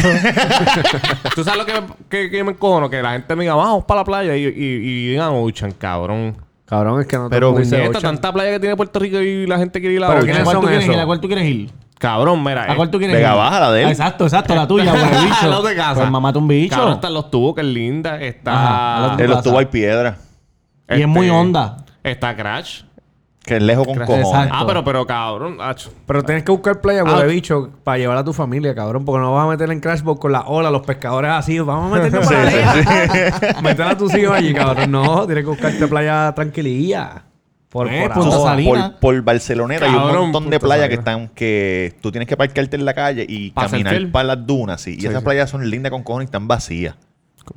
S2: ¿Tú sabes lo que, que- que me encojono? Que la gente me diga, vamos para la playa y, y, y digan, Ocean, cabrón.
S1: Cabrón, es que no
S3: Pero,
S1: te
S2: Puñeta,
S1: dice ocho.
S2: tanta playa que tiene Puerto Rico y la gente quiere ir a
S1: Pero
S2: Ocean.
S1: ¿quiénes
S4: ¿A cuál
S1: son
S4: tú quieres
S1: esos?
S4: ir? ¿A cuál tú quieres ir?
S2: Cabrón, mira.
S4: ¿A cuál tú quieres
S3: Vega
S4: ir?
S3: baja, la de él.
S4: Exacto, exacto, la tuya, güey, bicho.
S2: No te casas.
S4: Pues mamate un bicho.
S2: eh, Cabrón, están los tubos, que es linda. Está... este,
S4: Ajá, a los
S3: En los
S4: pasa?
S3: tubos hay piedra,
S4: Y es muy honda.
S2: Está Crash.
S3: que es lejos con
S4: Exacto.
S3: cojones.
S2: Ah, pero, pero, cabrón. acho.
S1: Pero tienes que buscar playa,
S2: Ah,
S1: huele
S2: ok.
S1: bicho, para llevar a tu familia, cabrón. Porque no vas a meter en Crashbox con la ola, los pescadores así. Vamos a meternos para la arena. Meter a tus hijos allí, cabrón. No, tienes que buscarte playa tranquililla. Por,
S4: Eh,
S1: por
S4: Punta
S1: ahora.
S4: Salinas.
S3: Por, por Barceloneta hay un
S2: Cabrón,
S3: montón de
S2: puta
S3: playas
S2: madre.
S3: que están que tú tienes que parquearte en la calle y
S2: Pa'
S3: caminar
S2: surfear.
S3: para las dunas, sí. Y esas playas son lindas con cojones y están vacías.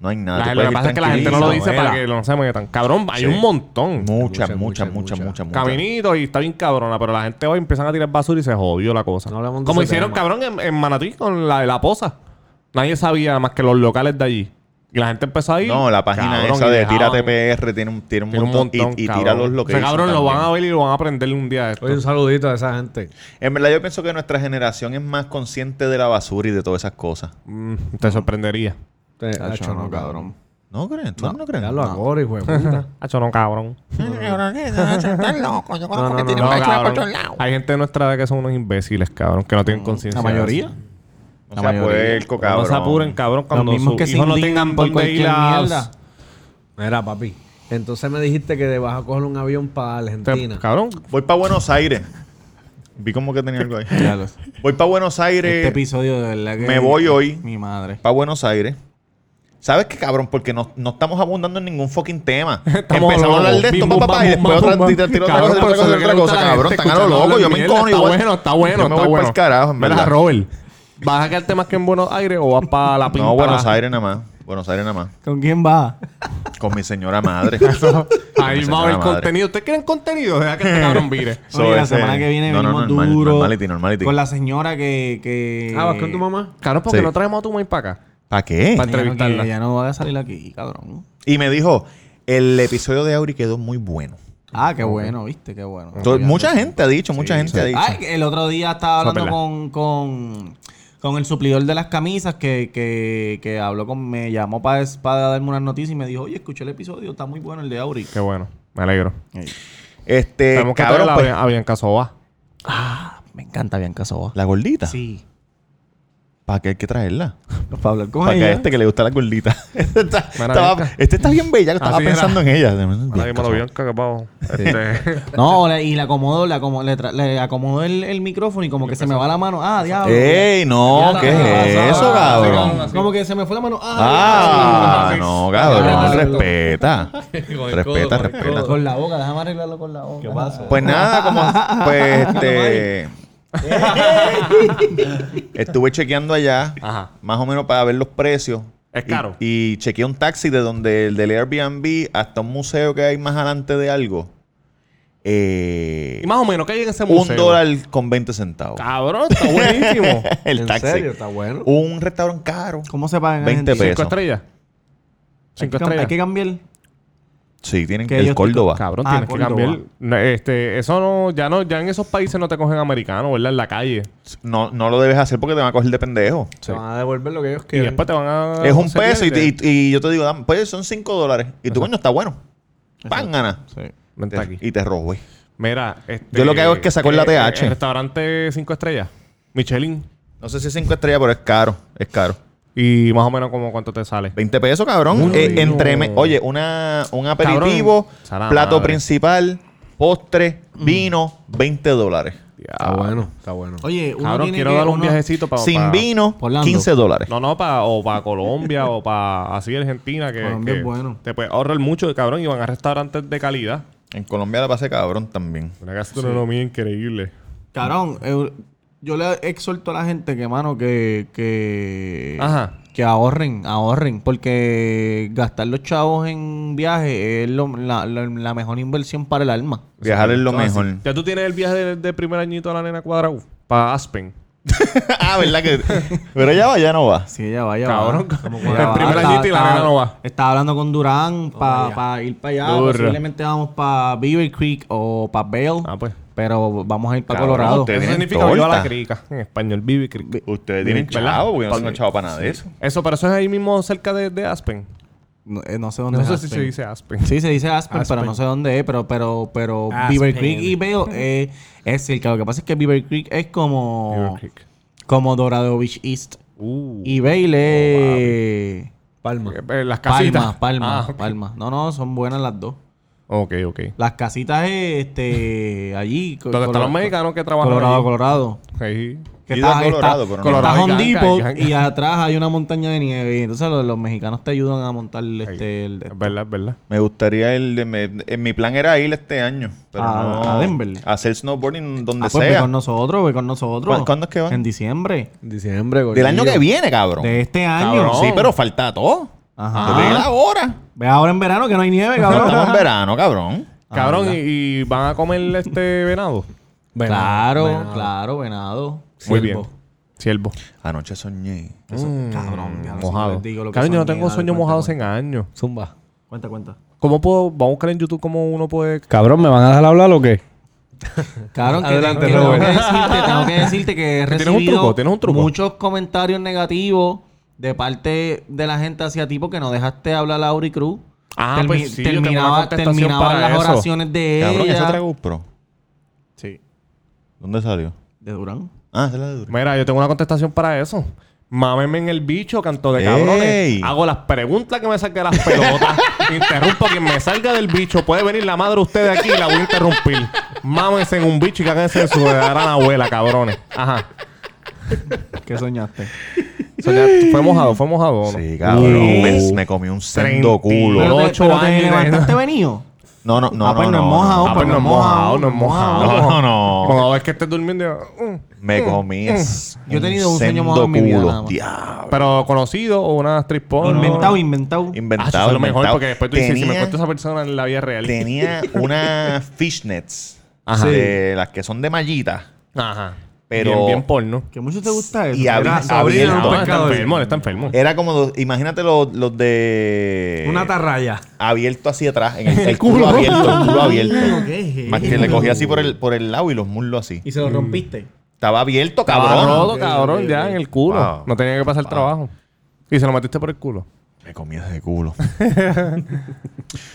S3: No hay nada. Ah,
S2: La-
S3: Tú
S2: lo
S3: puedes
S2: que
S3: ir
S2: pasa es que la gente no lo
S3: tranquilo.
S2: dice para que no se metan. Cabrón, hay
S3: Sí.
S2: un montón.
S3: Muchas,
S1: Muchas,
S3: muchas,
S1: muchas,
S3: muchas, muchas, muchas.
S2: Caminito y está bien cabrona, pero la gente va y empiezan a tirar basura y se jodió la cosa.
S1: No hablamos de
S2: Como
S1: ese
S2: hicieron,
S1: tema.
S2: cabrón, en, en Manatí con la, la poza. Nadie sabía más que los locales de allí. Y la gente empezó a ir.
S3: No, la página
S2: cabrón,
S3: esa
S2: y
S3: de
S2: dejaban-
S3: Tírate PR tiene un, tiene un
S2: tiene un
S3: montón,
S2: montón.
S3: y, y
S2: cabrón.
S3: tira los lo que
S2: O sea,
S3: dicen
S2: cabrón, lo van
S3: también.
S2: a ver y lo van a aprender un día de esto.
S1: Oye, un saludito a esa gente.
S3: En verdad yo pienso que nuestra generación es más consciente de la basura y de todas esas cosas.
S2: Mm, te sorprendería.
S1: Te-
S4: Chacho,
S1: Hacho,
S4: no, cabrón.
S3: ¿No creen? ¿Tú no, creen?
S1: Ya lo agora, hijo de puta.
S2: Hacho, no, cabrón.
S1: No, no, no,
S2: No,
S1: no.
S2: cabrón. Hay gente de nuestra edad que son unos imbéciles, cabrón, que no tienen conciencia.
S4: La
S2: de eso.
S4: mayoría.
S3: O
S4: La
S3: sea,
S4: mayoría.
S3: puerco, cabrón.
S2: No se apuren, cabrón, cuando
S4: los mismos
S2: sus
S4: que se
S2: hijos no
S4: indignan
S2: tengan
S4: por
S2: dónde ir
S4: cualquier
S2: a-
S4: mierda.
S1: Mira, papi. Entonces me dijiste que te vas a coger un avión para
S2: Te-
S1: Argentina.
S2: Cabrón,
S3: Voy para Buenos Aires. Vi como que tenía algo ahí.
S4: Ya lo sé.
S3: Voy para Buenos
S4: Este
S3: Aires.
S4: episodio de verdad que...
S3: me voy hoy.
S4: Mi madre.
S3: para Buenos Aires. ¿Sabes qué, cabrón? Porque no, no estamos abundando en ningún fucking tema.
S2: Estamos
S3: Empezamos a hablar de esto,
S2: locos.
S3: papá, papá, y
S2: Bum, bum,
S3: después otra,
S2: bum,
S3: tira-
S2: bum.
S3: tira otra
S2: Cabrón,
S3: cosa, otra
S2: pero
S3: cosa,
S2: eso es
S3: otra
S2: lo
S3: cosa,
S2: que le gusta a la
S3: cabrón.
S2: gente,
S3: Están a lo
S2: escuchando
S3: loco, yo
S2: hablar
S3: me
S2: mierda.
S3: encono
S2: Está
S3: igual.
S2: bueno, está bueno,
S3: Yo me
S2: está
S3: voy
S2: bueno.
S3: pa'l carajo, en
S2: Mira,
S3: verdad.
S2: Robert, ¿vas a quedarte más que en Buenos Aires o vas para la pinta?
S3: No, Buenos Aires nada más. Buenos Aires nada más.
S4: ¿Con quién va?
S3: Con mi señora madre. Con mi
S2: Ahí va a
S3: señora
S2: haber
S3: madre.
S2: contenido. ¿Ustedes quieren contenido? Deja que este cabrón vire.
S3: So,
S4: Oye, la
S3: ese-
S4: semana que viene
S3: no, no,
S4: venimos
S3: normal-
S4: duro.
S3: normality, normality.
S4: Con la señora que... que...
S1: Ah, ¿vas con tu mamá?
S2: Cabrón, ¿por qué
S3: Sí.
S2: no traemos a tu mail para acá?
S3: ¿Para qué?
S2: Pa'
S4: Ella no
S2: entrevistarla.
S4: quiere, Ya no va a salir aquí, cabrón.
S3: Y me dijo, el episodio de Auri quedó muy bueno.
S4: Ah, qué bueno, viste, qué bueno.
S3: To- mucha gente ha dicho, mucha gente ha dicho.
S4: Ay, que el otro día estaba
S2: Eso es
S4: hablando con,
S2: verdad.
S4: con, con el suplidor de las camisas que, que, que habló con, me llamó para darme unas noticias y me dijo, oye, escuché el episodio, está muy bueno el de Auri.
S2: Qué bueno, me alegro.
S3: Este,
S2: Tenemos que
S3: cabrón,
S2: traer a
S3: pues,
S2: Bian- a Bianca Soba.
S4: Ah, Me encanta Bianca Soba.
S3: la gordita.
S4: Sí.
S3: ¿Para qué hay que traerla?
S4: Para hablar con
S3: Para que a
S4: ella.
S3: este que le gusta la gordita. Este está,
S2: Mara
S3: estaba-
S2: Bianca.
S3: este está bien bella, que estaba
S2: Así era.
S3: pensando en ella. Bianca,
S2: Dímelo, Bianca, que pavo. Este,
S4: No, le- y le acomodó, le acomodó, le, tra- le acomodó el, el micrófono y como que se me va la mano. Ah, diablo.
S3: ¡Ey, Eh, no!
S4: Ya
S3: ¿Qué
S4: la-
S3: es eso,
S4: Ah,
S3: cabrón?
S4: Como que se me fue la mano. Ah,
S3: Ah,
S4: diablo.
S3: no, cabrón,
S4: Ah,
S3: respeta. Respeta, respeta.
S4: Con la boca, déjame arreglarlo con la boca. ¿Qué pasa?
S3: Pues nada, como pues este estuve chequeando allá,
S2: Ajá.
S3: más o menos para ver los precios.
S2: Es
S3: Y-
S2: caro.
S3: Y, chequeé un taxi de donde el del Airbnb hasta un museo que hay más adelante de algo. Eh,
S2: y más o menos, ¿qué hay en ese
S3: un
S2: museo?
S3: dólar con 20 centavos.
S2: Cabrón, está buenísimo.
S3: el
S1: ¿En
S3: taxi. Uh,
S1: serio? ¿Está bueno?
S3: Un restaurante caro.
S4: ¿Cómo se pagan? en
S3: 20
S4: Argentina?
S2: ¿Cinco
S3: Peso.
S2: estrellas?
S4: Hay
S2: ¿Cinco
S4: que cam-
S2: estrellas?
S4: Hay que cambiar.
S3: Sí, tienen
S4: Que
S3: el
S4: ellos-
S3: Córdoba.
S2: Cabrón,
S4: Ah,
S2: tienes
S4: Córdoba.
S2: que cambiar. pues, No, Este, eso no, ya no, ya en esos países no te cogen americano, ¿verdad? En la calle.
S3: No, no lo debes hacer porque te van a coger de pendejo.
S1: Se van a devolver lo que ellos
S2: Y
S1: quieren.
S2: después te van a.
S3: es un
S2: se
S3: peso y,
S2: pierde.
S3: te- y- y yo te digo, dame, pues son 5 dólares. Y tu coño está bueno. Pan gana.
S4: Sí.
S2: Vente
S3: Te-
S2: aquí.
S3: Y te robé.
S2: Mira, este,
S3: Yo lo que hago es que saco en la
S2: eh, eh,
S3: TH.
S2: El restaurante 5 estrellas, Michelin.
S3: No sé si es 5 estrellas, pero es caro. Es caro.
S2: Y más o menos como cuánto te sale.
S3: 20 pesos, cabrón.
S2: Uy,
S3: Eh,
S2: no.
S3: entre me- Oye, una, un
S2: Cabrón.
S3: aperitivo,
S2: Sala
S3: plato
S2: madre.
S3: principal, postre, vino, 20 dólares.
S1: Está bueno, está bueno.
S4: Oye, uno
S2: Cabrón,
S4: tiene
S2: quiero
S4: que-
S2: dar un
S4: uno-
S2: viajecito para.
S3: Sin vino,
S4: Orlando.
S3: 15 dólares.
S2: No, no, para o para Colombia o para así Argentina. Que,
S4: Colombia es
S2: que
S4: bueno.
S2: Te puedes ahorrar mucho, cabrón, y van a restaurantes de calidad.
S3: En Colombia la pasé cabrón también.
S2: Una gastronomía increíble.
S4: Cabrón, eh, yo le exhorto a la gente que, mano, que... que
S2: Ajá.
S4: Que ahorren, ahorren, porque gastar los chavos en viaje es lo- la, la- la mejor inversión para el alma.
S3: Viajar es lo
S2: Entonces,
S3: mejor.
S2: Ya tú tienes el viaje de, de primer añito a la nena cuadrado para Aspen.
S3: ah, ¿verdad que? Pero ya va, ya no va.
S4: Sí, ya va, ya
S2: Cabrón,
S4: va.
S2: como
S4: Ya
S2: cuando-
S4: va.
S2: el primer
S4: Estaba-
S2: añito y la
S4: estaba-
S2: nena no va.
S4: Estaba hablando con Durán para ir para allá.
S2: Duro.
S4: Posiblemente vamos para Beaver Creek o para Bell.
S2: Ah, pues.
S4: Pero vamos a ir para
S3: Cabrón,
S4: Colorado.
S3: ustedes
S2: Eso
S3: tienen
S2: significa viva la
S3: torta.
S2: crica. En español, vivi crica.
S3: Ustedes tienen
S2: ¿Verdad?
S3: chavo, porque yo no
S2: Sí.
S3: tengo chavo para nada de eso.
S2: Eso, pero eso es ahí mismo cerca de, de Aspen.
S4: No, eh, no sé
S2: No
S4: dónde
S2: sé
S4: es
S2: si
S4: Aspen.
S2: se dice Aspen.
S4: Sí, se dice Aspen,
S1: Aspen.
S4: pero no sé dónde es, pero, pero, pero
S1: Aspen.
S4: Beaver Creek y Bell eh, es cerca. Lo que pasa es que Beaver Creek es como,
S2: Beaver Creek.
S4: como Dorado Beach East.
S2: Uh,
S4: Y Bell es
S1: Palma.
S2: eh, las casitas.
S4: Palma, Palma,
S2: Ah, ok.
S4: Palma. No, no, son buenas las dos.
S2: Ok, ok.
S4: Las casitas es este, allí. co-
S2: Donde están
S4: Colorado-
S2: los mexicanos que trabajan
S4: Colorado,
S2: allí.
S4: Colorado.
S2: Ahí.
S4: Que
S3: Yo iba a
S4: está,
S3: Colorado,
S4: Colorado,
S3: pero no.
S2: Colorado y
S4: y,
S2: Ganga, Ganga.
S4: atrás hay una montaña de nieve. Y entonces los, los mexicanos te ayudan a montar este, el,
S2: Es verdad, es verdad.
S3: Me gustaría el de. me- en mi plan era ir este año. Pero
S4: A-
S3: no,
S4: Ah, a Denver.
S3: Hacer snowboarding donde
S4: Ah, pues ve
S3: sea.
S4: con nosotros, ve con nosotros.
S3: ¿Cu- cuándo es que van?
S4: En diciembre.
S1: En diciembre,
S3: Del año
S1: gordillo.
S3: que viene, cabrón.
S4: De este año.
S3: Cabrón, Sí, pero falta todo.
S4: Ajá.
S3: Ve ahora.
S4: Ve ahora en verano que no hay nieve,
S3: Estamos en
S4: cabrón.
S3: verano, cabrón.
S4: Ah,
S2: Cabrón, y, y van a comer este venado.
S1: Venado,
S4: claro,
S1: venado.
S4: claro, venado.
S2: Muy
S4: Ciervo.
S2: bien. Ciervo.
S3: Anoche soñé.
S4: Cabrón, ya no sé
S2: mojado.
S4: qué les digo, lo que
S2: Cabrón, yo no
S4: soñé,
S2: tengo
S4: dale,
S2: sueños
S4: cuenta,
S2: mojados
S4: cuenta.
S2: en años.
S1: Zumba.
S4: Cuenta, cuenta.
S2: ¿Cómo puedo? Vamos a buscar en YouTube cómo uno puede.
S1: Cabrón, ¿me van a dejar hablar o qué?
S4: Cabrón, que
S1: Adelante,
S4: tengo, que tengo que
S1: Robert.
S4: decirte, tengo que decirte que he
S2: Tienes un
S4: recibido
S2: truco, tienes un truco.
S4: muchos comentarios negativos de parte de la gente hacia ti porque no dejaste hablar a Lauri Cruz.
S2: Ah, pues sí, yo tengo una
S4: terminaba,
S2: contestación
S4: terminaba
S2: para
S4: las
S2: eso.
S4: oraciones de
S3: Cabrón,
S4: ella.
S3: esa otra GoPro.
S4: Sí,
S3: ¿Dónde salió?
S4: de Durán.
S3: Ah, esa es la de Duro.
S2: Mira, yo tengo una contestación para eso. Mámeme en el bicho, canto de
S3: Ey.
S2: cabrones. Hago las preguntas que me saque las pelotas. Interrumpo a quien me salga del bicho. Puede venir la madre de ustedes aquí y la voy a interrumpir. Mámense en un bicho y cáganse en su gran abuela, cabrones. Ajá.
S4: ¿Qué soñaste?
S2: Eso ya fue mojado, fue mojado. ¿o ¿no?
S3: Sí, cabrón. Me, me comí un sendo culo.
S2: Pero
S4: Pero,
S2: ocho
S4: te, pero te
S2: años de-
S4: levantaste venido.
S3: No, no, no.
S4: Ah, pues no
S3: no,
S4: es
S3: no,
S4: mojado,
S2: Ah, pues no es mojado, no es mojado.
S3: No, no, no.
S2: Cuando ves que estés durmiendo, yo, mm.
S3: Me comí. es-
S4: Yo he tenido un sueño mojado en mi vida, nada más.
S3: Diablo.
S2: pero conocido o una strip porn.
S4: Inventado,
S2: inventado.
S4: inventado.
S2: Ah, eso
S3: Inventado.
S2: es lo mejor
S3: inventado.
S2: porque después tú dices, si me
S3: Tenía-
S2: encuentro esa persona en la vida real.
S3: Tenía unas fishnets.
S2: Ajá.
S3: De las que son de mallita.
S2: Ajá.
S3: Pero-
S2: Bien, bien porno.
S4: Que mucho te gusta eso.
S3: Y
S4: Era-
S3: abrí-
S1: Sabrina,
S3: abierto.
S2: Ah, No, está
S1: pescador.
S2: enfermo, él está enfermo.
S3: Era como, los- imagínate los, los de...
S1: Una tarraya.
S3: abierto así atrás, en el, el culo abierto, el culo abierto.
S4: ¿qué es
S3: Más que le cogí así por el, por el lado y los muslos así.
S4: Y se lo
S2: Mm.
S4: rompiste.
S3: Estaba abierto,
S2: Cabrón,
S3: cabrón.
S2: cabrón, ya en el culo.
S3: Wow.
S2: No tenía que pasar trabajo. Y se lo metiste por el culo.
S3: Me comí ese culo.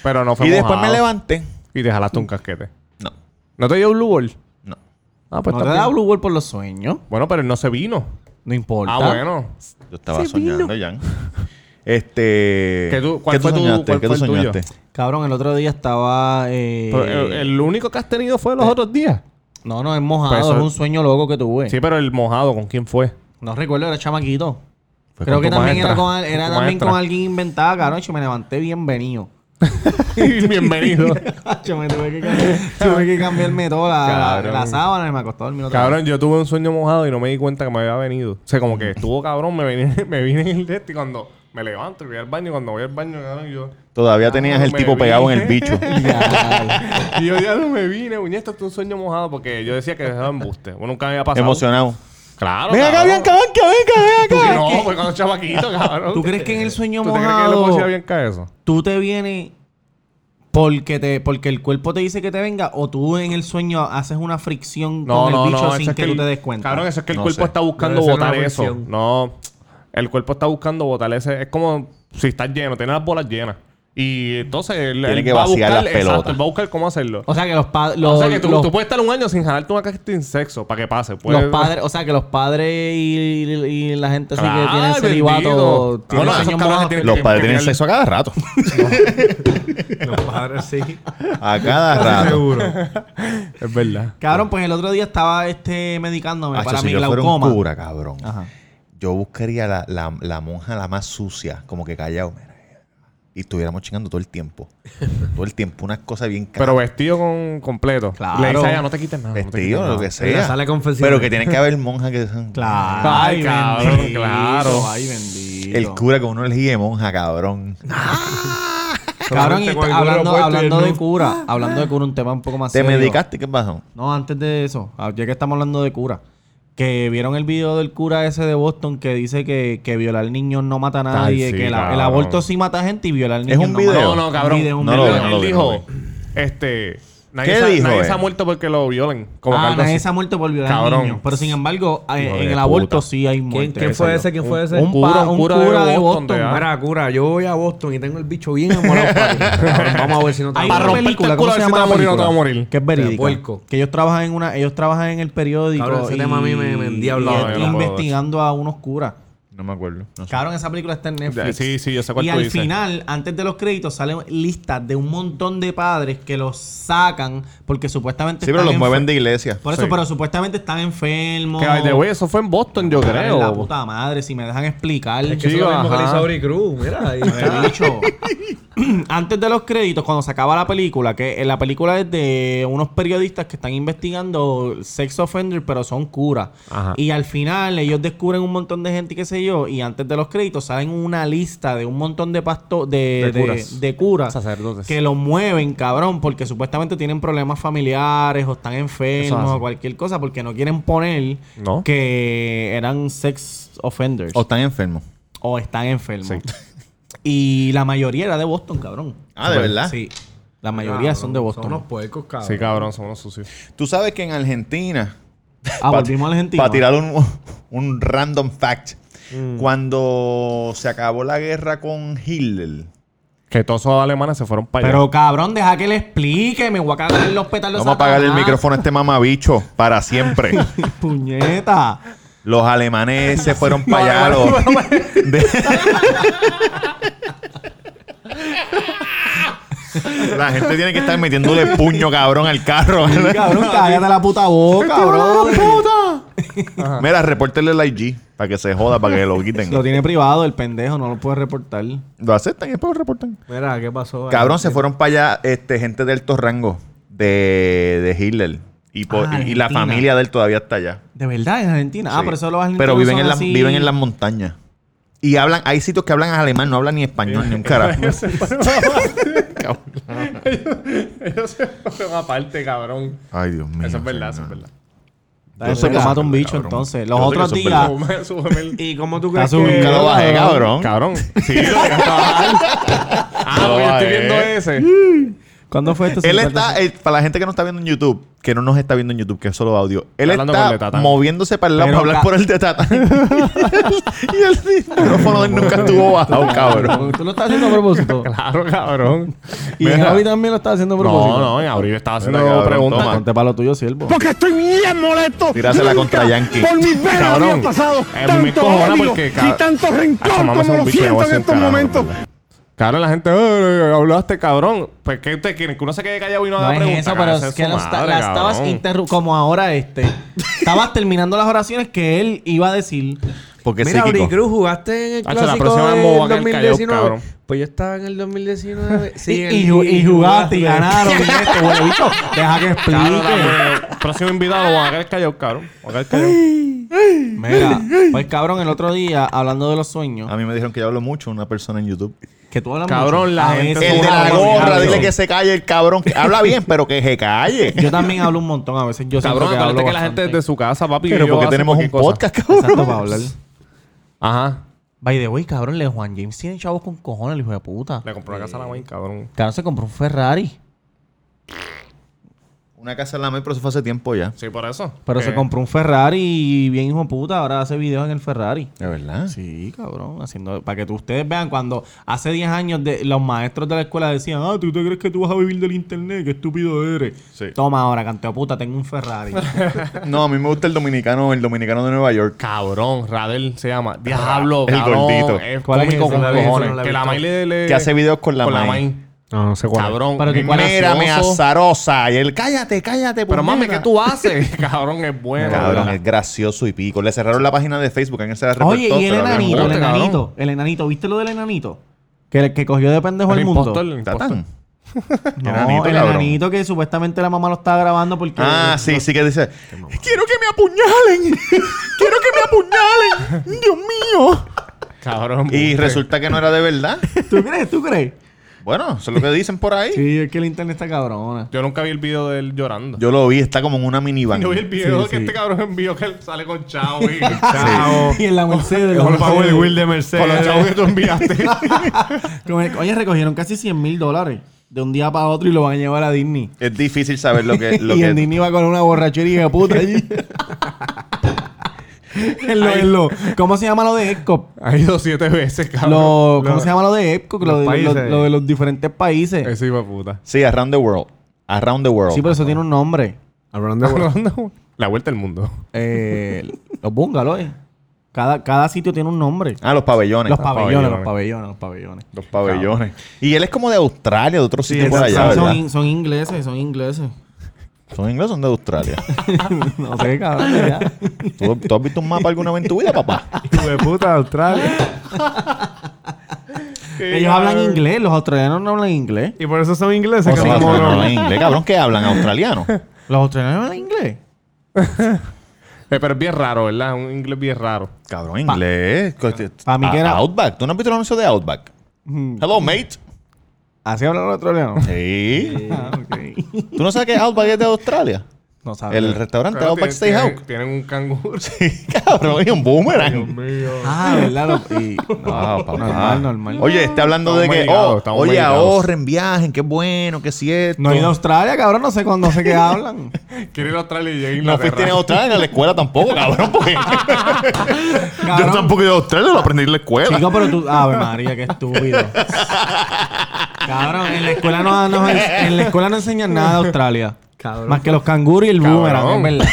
S2: Pero no fue
S3: y después
S2: mojado.
S3: me levanté.
S2: Y te jalaste un casquete.
S3: No,
S2: ¿No te dio Blue Ball?
S3: no.
S2: Ah, pues
S4: no te
S2: está
S4: da
S2: bien.
S4: Blue Ball por los sueños.
S2: Bueno, pero él no se vino.
S4: No importa.
S2: Ah, bueno.
S3: Yo estaba soñando, Jan. Este...
S2: ¿Qué tú- cuál fue tu-
S3: soñaste?
S2: cuál
S3: ¿Qué
S2: fue
S3: tú
S2: el tuyo?
S3: soñaste?
S4: Cabrón, el otro día estaba. eh,
S2: Pero el, el único que has tenido fue los otros días.
S4: No, no, es mojado.
S2: Pues eso-
S4: es un sueño loco que tuve.
S2: Sí, pero el mojado, ¿con quién fue?
S4: No recuerdo, era chamaquito.
S3: Fue
S4: Creo
S2: con
S4: que
S2: tu
S4: también
S2: maestra.
S4: era, con,
S2: Con
S4: era
S2: tu
S4: también
S2: maestra.
S4: con alguien inventado, cabrón. Yo me levanté bienvenido.
S2: Bienvenido.
S4: Yo me tuve que, cambiar- tuve que cambiarme toda la, la,
S2: Cabrón.
S4: la sábana y me acostó a dormir otra
S2: Cabrón, yo tuve un sueño mojado y no me di cuenta que me había venido. O sea,
S4: Mm.
S2: como que estuvo cabrón, me vine, me vine en el este y cuando me levanto y voy al baño, cuando voy al baño, cabrón, yo.
S3: Todavía tenías el
S2: me
S3: tipo
S2: vi.
S3: pegado en el bicho.
S4: vez. Ya,
S2: Y yo ya no me vine, muñeca, esto es un sueño mojado porque yo decía que dejaba embuste. Bueno, nunca me había pasado.
S3: Emocionado.
S2: Claro.
S3: Ven acá,
S2: cabrón.
S3: Bianca, Bianca,
S2: Tú
S3: Bianca, ven
S2: que
S3: acá.
S2: No, pues cuando chavaquito, cabrón.
S4: ¿Tú crees que en el sueño
S2: ¿Tú te crees que yo le puedo
S4: mojado-
S2: decir a Bianca eso?
S4: ¿Tú te vienes porque te porque el cuerpo te dice que te venga o tú en el sueño haces una fricción con el bicho sin
S2: eso
S4: que,
S2: es
S4: tú
S2: el-
S4: te des cuenta?
S2: Cabrón, eso es que el
S3: No
S2: cuerpo
S3: sé.
S2: está buscando
S1: Debe ser
S2: botar
S1: una
S2: eso.
S1: versión.
S2: No, el cuerpo está buscando botar ese. Es como si estás lleno, tienes las bolas llenas. Y entonces él,
S3: Tiene
S2: él
S3: que
S2: va a
S3: vaciar
S2: buscar,
S3: las
S2: exacto,
S3: pelotas.
S2: él va a buscar cómo hacerlo.
S4: O sea que los padres
S2: O sea que tú, tú puedes estar un año sin jalarte una cajita sin sexo para que pase. pues,
S3: Pues,
S2: Puedes-
S4: los padres, o sea que los padres y, y- y la gente así
S2: Claro,
S4: que tiene celibato,
S2: bendito.
S4: tiene
S3: Ah,
S2: Bueno,
S4: sueños
S2: esos cabrones
S4: mojados.
S2: tienen-
S3: Los padres
S2: Que-
S3: tienen
S2: que-
S3: sexo a cada rato.
S1: Mm. Los padres sí.
S3: A cada rato.
S1: Seguro.
S2: Es verdad.
S4: Cabrón, pues el otro día estaba este medicándome
S3: Hacho,
S4: para
S3: si
S4: mi
S3: Ah, yo fuera un
S4: glaucoma.
S3: cura, cabrón.
S4: Ajá.
S3: yo buscaría la, la, la monja la más sucia, como que callado. mira, y estuviéramos chingando todo el tiempo. todo el tiempo, unas cosas bien caras.
S2: Pero vestido con completo.
S4: Claro.
S2: Le dice a ella, no te quites nada. no te quites
S3: Vestido,
S2: nada".
S3: lo que
S1: Ella
S3: sea.
S1: sale confesional.
S3: Pero que tienen que haber monjas que...
S4: Claro.
S2: Ay, cabrón,
S4: bendito,
S2: claro.
S4: Ay, bendito. bendito.
S3: El cura con una energía de monja, cabrón.
S4: Cabrón, y
S1: Solamente con el
S4: hablando,
S1: culo puesto y el
S4: hablando de
S1: nudo.
S4: cura, hablando de cura, un tema un poco más
S3: ¿Te
S4: serio.
S3: medicaste? ¿Qué pasó?
S4: No, antes de eso, ah, ya que estamos hablando de cura, que vieron el video del cura ese de Boston que dice que, que violar niños no mata a nadie,
S2: sí,
S4: que la- el
S2: cabrón.
S4: aborto sí mata gente y violar niños
S3: un
S4: no
S3: video.
S4: mata
S2: No, no, cabrón.
S4: Video, un
S3: No
S2: él
S3: lo
S4: video.
S3: veo, no lo veo,
S2: dijo,
S3: no lo
S2: este, nadie,
S3: ¿Qué
S2: se,
S3: dijo
S2: nadie
S3: él?
S2: se ha muerto porque lo violen. Como que
S4: Ah,
S2: algo
S4: nadie
S2: así.
S4: se ha muerto por violar
S2: Cabrón.
S4: niños. Pero sin embargo, a-
S2: Hijo de
S4: en el
S2: puta.
S4: aborto sí hay
S1: ¿Quién,
S4: muerte.
S1: quién fue ese? ¿Quién fue ese?
S4: un,
S2: cura-
S4: pa- un cura, de Boston.
S2: de- ah.
S1: Mira, cura, yo voy a Boston y tengo el bicho bien amolado. Vamos a ver si no
S4: Hay
S1: amolas.
S4: una
S2: romperte el
S4: película,
S2: culo
S4: ¿cómo
S2: a
S4: se
S2: ver si te
S4: llama
S2: va
S4: la
S2: a morir o no te
S4: película?
S2: va a morir.
S4: Que es verídica.
S1: puerco.
S4: Que ellos trabajan en una, ellos trabajan en el periódico
S1: Cabrón, ese
S4: y,
S1: tema a mí me- me endiabla.
S4: y-
S2: No, yo no puedo.
S4: investigando a unos curas.
S3: No me acuerdo. No sé.
S4: Cabrón, esa película está en Netflix.
S2: Sí, sí, yo sé cuál
S4: Y
S2: tú
S4: al
S2: dices.
S4: final, antes de los créditos, salen listas de un montón de padres que los sacan porque supuestamente
S3: Sí, pero
S4: están
S3: los
S4: enfer-
S3: mueven de iglesia.
S4: Por eso,
S2: Sí.
S4: pero supuestamente están enfermos.
S2: Que, by the way, eso fue en Boston, yo
S4: Cabrón, La
S2: creo.
S4: puta madre, si me dejan explicar.
S1: Que eso es lo mismo que le
S2: Ajá.
S1: hizo Auri Cruz. Mira, ahí está.
S4: Bicho. Antes de los créditos, cuando se acaba la película, que eh, la película es de unos periodistas que están investigando sex offender, pero son curas.
S2: Ajá.
S4: Y al final ellos descubren un montón de gente y qué sé yo. Y antes de los créditos salen una lista de un montón de pasto de,
S2: De
S4: de-
S2: curas.
S4: de curas
S2: Sacerdotes.
S4: que lo mueven, cabrón, porque supuestamente tienen problemas familiares o están enfermos
S2: hace.
S4: o cualquier cosa porque no quieren poner
S2: No.
S4: que eran sex offenders
S3: O están enfermos.
S4: o están enfermos. Y la mayoría era de Boston, cabrón.
S3: Ah, ¿de verdad?
S4: Sí. La mayoría son de Boston.
S1: Son unos puercos, cabrón.
S2: Sí, cabrón, son unos sucios.
S3: Tú sabes que en Argentina,
S4: Ah, volvimos a Argentina.
S3: para tirar un, un random fact,
S4: Mm.
S3: cuando se acabó la guerra con Hitler,
S2: Que todos esos alemanes se fueron para allá.
S4: Pero cabrón, deja que le explique. Me voy a cagar en los pétalos.
S3: vamos a apagar el
S4: Satanás.
S3: micrófono a este mamabicho para siempre.
S4: Puñeta.
S3: Los alemanes se fueron para allá. los- de- La gente tiene que estar metiéndole puño cabrón al carro.
S4: Sí, cabrón, cállate la puta boca, cabrón.
S3: Mira, repórtenle el IG para que se joda, para que lo quiten.
S4: Lo tiene privado el pendejo, no lo puede reportar.
S3: Lo aceptan y después lo reportan.
S1: Mira, ¿qué pasó?
S3: Cabrón, se fueron para allá este, gente de alto rango de, de Hitler. Y, po-
S4: Ah,
S3: y- y la
S4: Argentina.
S3: familia de él todavía está allá.
S4: De verdad, en Argentina. Ah,
S3: Sí.
S4: pero eso los argentinos
S3: Pero viven
S4: son
S3: en, las-
S4: así.
S3: viven en las montañas. Y hablan, hay sitios que hablan alemán, no hablan ni español, ni un carajo.
S2: Ellos se fueron aparte, cabrón.
S3: Ay, Dios mío.
S2: Eso es verdad, eso es
S3: señor.
S2: verdad.
S4: Está bien, porque mata un bicho, entonces. Los
S3: Yo sé
S4: otros
S3: que eso es
S4: días-
S3: verdad.
S2: Súbeme, súbeme el-
S1: ¿Y cómo tú
S4: Está
S1: crees
S4: subiendo.
S3: Nunca
S1: que...?
S3: lo bajé, cabrón.
S2: Cabrón. Sí, lo dejaste bajar. Ah,
S3: Lo
S2: porque estoy
S3: bajé.
S2: viendo ese.
S4: ¿Cuándo fue este esto?
S3: Él está, eh, para la gente que no está viendo en YouTube, que no nos está viendo en YouTube, que es solo audio, él
S2: Hablando con el de
S3: está
S2: Tatán.
S3: moviéndose para el lado
S4: Pero
S3: para hablar
S4: ca-
S3: por el de Tatán. y el micrófono de él nunca estuvo bajado, cabrón.
S4: Tú lo estás haciendo a propósito.
S2: Claro, cabrón.
S4: Y
S2: Mira.
S4: Javi también lo está haciendo a propósito.
S2: No, no, en abril estaba haciendo
S3: Mira, cabrón,
S2: preguntas.
S3: toma.
S4: Ponte para lo tuyo, siervo.
S3: Tírasela contra Yankee.
S2: Cabrón, eh, me encojona porque y tanto rencor como lo siento en este estos momentos. Cabrón, la gente, eh, hablaste, cabrón. Pues, ¿qué usted quiere? Que uno se quede callado y no
S4: No
S2: haga
S4: es
S2: preguntas.
S4: eso,
S2: cabrón,
S4: pero
S2: esa
S4: es que
S2: su
S4: la, esta-
S2: madre,
S4: la estabas
S2: cabrón.
S4: interru- como ahora este. Estabas terminando las oraciones que él iba a decir.
S3: Porque es
S1: Mira, Auri
S3: psíquico.
S1: Cruz, jugaste en el
S2: Hacho, la
S1: clásico
S2: próxima vez
S1: del
S2: me voy a quedar callado,
S1: 2019.
S2: cabrón.
S1: pues yo estaba en el 2019.
S4: Y-
S1: Sí, en
S4: y,
S1: el-
S4: ju- y jugaste y ganaron. y esto, huele bicho. Deja que
S2: Claro,
S4: explique.
S2: la- el próximo invitado lo van a quedar callado, cabrón. Lo van a quedar callado.
S4: Mira, pues cabrón, el otro día, hablando de los sueños,
S3: A mí me dijeron que yo hablo mucho una persona en YouTube.
S4: que tú hablas
S2: Cabrón,
S4: mucho.
S2: la
S4: A
S2: gente
S4: veces
S3: El de
S4: yo
S3: la
S4: hablo
S3: gorra,
S4: mucho.
S3: dile que se calle el cabrón. que habla bien, pero que se calle.
S4: Yo también hablo un montón. A veces yo siento
S2: Pues Cabrón,
S4: que
S2: acuérdate
S4: hablo
S2: que la gente
S4: bastante.
S2: desde su casa, papi.
S3: Pero
S2: yo
S3: porque
S2: hace
S3: tenemos un
S2: cualquier cosa.
S3: podcast,
S4: Exacto,
S3: cabrón.
S4: para hablar.
S2: Ajá.
S4: By the way, cabrón, le Juan James tiene chavos con cojones, el hijo de puta.
S2: Le compró la casa a la Wayne, cabrón.
S4: Cabrón se compró un Ferrari.
S3: Una casa en la May, pero eso fue hace tiempo ya.
S2: Sí, por eso.
S4: Pero se
S2: Eh,
S4: compró un Ferrari bien hijo de puta. Ahora hace videos en el Ferrari.
S3: De verdad.
S4: Sí, cabrón. Haciendo, para que tú- ustedes vean, cuando hace 10 años de, los maestros de la escuela decían, ah, ¿tú te crees que tú vas a vivir del internet? Qué estúpido eres.
S3: Sí.
S4: Toma ahora, canteo puta, tengo un Ferrari.
S3: No, a mí me gusta el dominicano, el dominicano de Nueva York.
S2: Cabrón, Radel se llama. Diablo,
S3: El
S2: cabrón.
S3: gordito.
S2: Es
S4: ¿Cuál es
S2: cómico
S4: ese?
S2: con
S1: No la he visto, no
S2: cojones.
S1: la he
S2: Que la
S1: visto.
S2: May le... le-
S3: Que hace videos con la,
S2: Eh, con la
S3: May.
S2: May.
S1: No, no sé cuál.
S2: Cabrón.
S4: Pero que
S2: es
S4: cuál es
S3: Mira, me
S2: gracioso.
S3: azarosa. Y él, cállate, cállate.
S2: Pero mami,
S3: puñeta.
S2: ¿qué tú haces? cabrón, es bueno.
S3: Cabrón,
S2: ¿verdad?
S3: es gracioso y pico. Le cerraron la página de Facebook. A él se la
S4: Oye,
S3: reportó,
S4: y el
S3: pero hablan
S4: enanito, el
S3: mucho.
S2: cabrón.
S4: enanito, el enanito, ¿viste lo del enanito? Que, que cogió de pendejo
S2: El
S4: el mundo.
S2: impostor, el impostor.
S3: Tatán.
S4: No,
S3: Enanito,
S4: el
S3: cabrón.
S4: enanito que supuestamente la mamá lo estaba grabando porque.
S3: Ah, sí, sí que dice.
S2: Quiero que me apuñalen. Quiero que me apuñalen. Dios mío. Cabrón. este,
S3: Y
S2: embuste.
S3: resulta que no era de verdad.
S4: ¿Tú crees? ¿Tú crees?
S3: Bueno, eso es lo que dicen por ahí.
S4: Sí, es que el internet está cabrona.
S2: Yo nunca vi el video de él llorando.
S3: Yo lo vi, está como en una minivan.
S2: Yo vi el video
S4: Sí,
S2: que
S4: sí.
S2: este cabrón envió que él sale con chavo y
S1: Chao.
S4: Y en la Mercedes. la
S1: Con Power
S4: Mercedes.
S1: Wheel de
S2: con los chavos que
S1: Mercedes.
S2: tú enviaste.
S4: Como el- Oye, recogieron casi 100 mil dólares de un día para otro y lo van a llevar a Disney.
S3: Es difícil saber lo que. Lo
S4: y
S3: que
S4: en Disney va con una borrachería de puta allí. En lo- en lo- ¿Cómo se llama lo de EPCOP?
S2: ha ido siete veces, cabrón.
S4: Lo- ¿Cómo
S2: Lo-
S4: se llama lo de EPCOP? Lo,
S1: los
S4: de- lo-
S1: países.
S4: lo de los diferentes países.
S2: Ese hijo de puta.
S3: Sí, Around the World. Around the World.
S4: sí, pues. pero eso tiene un nombre.
S1: Around the world.
S2: La vuelta al mundo.
S4: Eh, los bungalows. Cada, cada sitio tiene un nombre.
S3: Ah, los pabellones.
S4: Los
S3: Ah,
S4: pabellones,
S2: pabellones.
S4: los pabellones, los pabellones.
S3: Los pabellones. Y él es como de Australia, de otro sitio
S1: Sí,
S3: por
S1: exacto.
S3: allá,
S4: Son,
S3: ¿verdad?
S4: son in- son ingleses, son ingleses.
S3: Son ingleses, son de Australia.
S4: no sé, cabrón. ya.
S3: ¿Tú, tú has visto un mapa alguna vez en tu vida, papá?
S1: Hijo de puta, Australia.
S4: Ellos hablan inglés, los australianos no hablan inglés.
S1: Y por eso son ingleses.
S3: No,
S1: que
S3: son
S1: son
S3: australianos,
S1: monos.
S3: Oh, no hablan inglés, cabrón, que hablan australiano.
S4: ¿Los australianos hablan inglés?
S2: Eh, pero es bien raro, ¿verdad? Un inglés bien raro.
S3: Cabrón, inglés.
S4: pa' mí que era- Mm.
S3: Outback. ¿Tú no has visto el anuncio de Outback? Hello, mate.
S4: ¿Así hablan los australianos?
S3: Sí.
S4: Ah, ok.
S3: ¿Tú no sabes que Outback es de Australia?
S4: No sabes.
S3: El restaurante
S2: Claro,
S3: Outback
S2: tienen-
S3: Steakhouse.
S2: tienen- Tienen un canguro.
S3: Sí, cabrón, y un boomerang.
S4: Ah, ¿verdad? Lo- y-
S3: Ah, papá.
S4: Normal, normal.
S3: Oye, está hablando
S2: Estamos
S3: de que,
S2: medicados,
S3: oh,
S2: estamos
S3: oye,
S2: medicados.
S3: ahorren, viajen, qué bueno, qué cierto.
S4: No he ido a Australia, cabrón. No sé cuándo, no sé qué hablan.
S2: Quiere ir a Australia y llega a
S3: No
S2: Inglaterra.
S3: fuiste ni a Australia ni a la escuela tampoco, cabrón, porque yo
S4: Cabrón.
S3: tampoco he ido a Australia, lo aprendí en la escuela.
S4: Chico, pero tú... Ave María, qué estúpido. Cabrón, en la escuela no, no- en la escuela no enseñan nada de Australia. Más que los canguros y el
S2: Cabrón.
S4: boomerang, es verdad.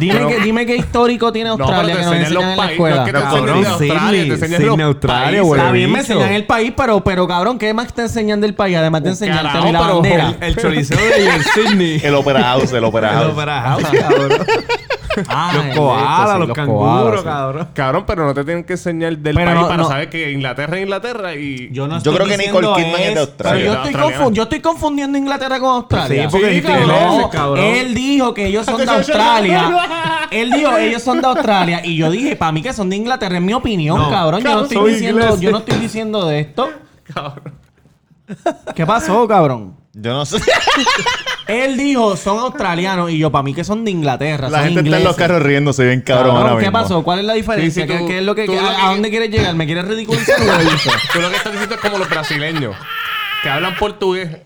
S4: Dime, qué, dime qué histórico tiene
S2: No, pero
S4: Australia
S2: te
S4: que nos
S2: enseñan
S4: enseñan
S2: los
S4: en la
S2: países.
S4: escuela.
S2: No, es que te
S1: Cabrón,
S2: enseñan de Australia, te
S1: Sydney,
S2: enseñan
S1: Sydney,
S2: los
S1: Australia,
S2: países.
S1: huele
S4: Está bien, me
S1: bicho.
S4: enseñan el país, pero, pero cabrón, ¿qué más te enseñan del país? Además de enseñarte
S2: carajo,
S4: a mí la
S2: pero-
S4: bandera.
S1: El choriceo de el Sydney.
S3: El Opera House, el Opera
S1: El
S3: House.
S1: Opera House, cabrón.
S4: Ah,
S1: Los
S4: el-
S1: koalas,
S4: sí,
S1: los
S4: koalas,
S1: canguros,
S4: sí.
S1: cabrón.
S2: Cabrón, pero no te tienen que enseñar del
S4: Pero
S2: país
S4: no-
S2: para
S4: no.
S2: saber que Inglaterra es Inglaterra y...
S4: Yo, no
S3: Yo
S4: estoy
S3: creo que
S4: diciendo
S3: Nicole Kidman es de
S4: Pero yo,
S3: Australia.
S2: Sí,
S4: estoy
S2: australiana.
S4: confu- yo estoy confundiendo Inglaterra con Australia.
S1: Sí, porque dijiste
S4: cabrón.
S1: ingleses,
S4: No,
S1: cabrón.
S4: Él dijo que ellos son de Australia. Él dijo, ellos son de Australia. Y yo dije, para mí que son de Inglaterra, es mi opinión,
S1: No,
S4: cabrón. Yo no,
S1: cabrón,
S4: estoy
S1: soy
S4: diciendo,
S1: inglés.
S4: yo no estoy diciendo de esto. ¿Qué pasó, cabrón?
S3: Yo no sé.
S4: Él dijo, son australianos. Y yo, para mí que son de Inglaterra.
S3: La
S4: son
S3: gente está en los
S4: ingleses.
S3: carros riéndose bien cabrón
S4: Cabrón,
S3: ahora
S4: ¿Qué
S3: mismo.
S4: pasó? ¿Cuál es la diferencia?
S2: Sí, sí,
S4: ¿Qué,
S2: tú-
S4: qué es lo que,
S2: tú lo
S4: a,
S2: que-
S4: a dónde quieres llegar? ¿Me quieres ridiculizar? o lo dices?
S2: Tú lo que estás diciendo es como los brasileños, que hablan portugués.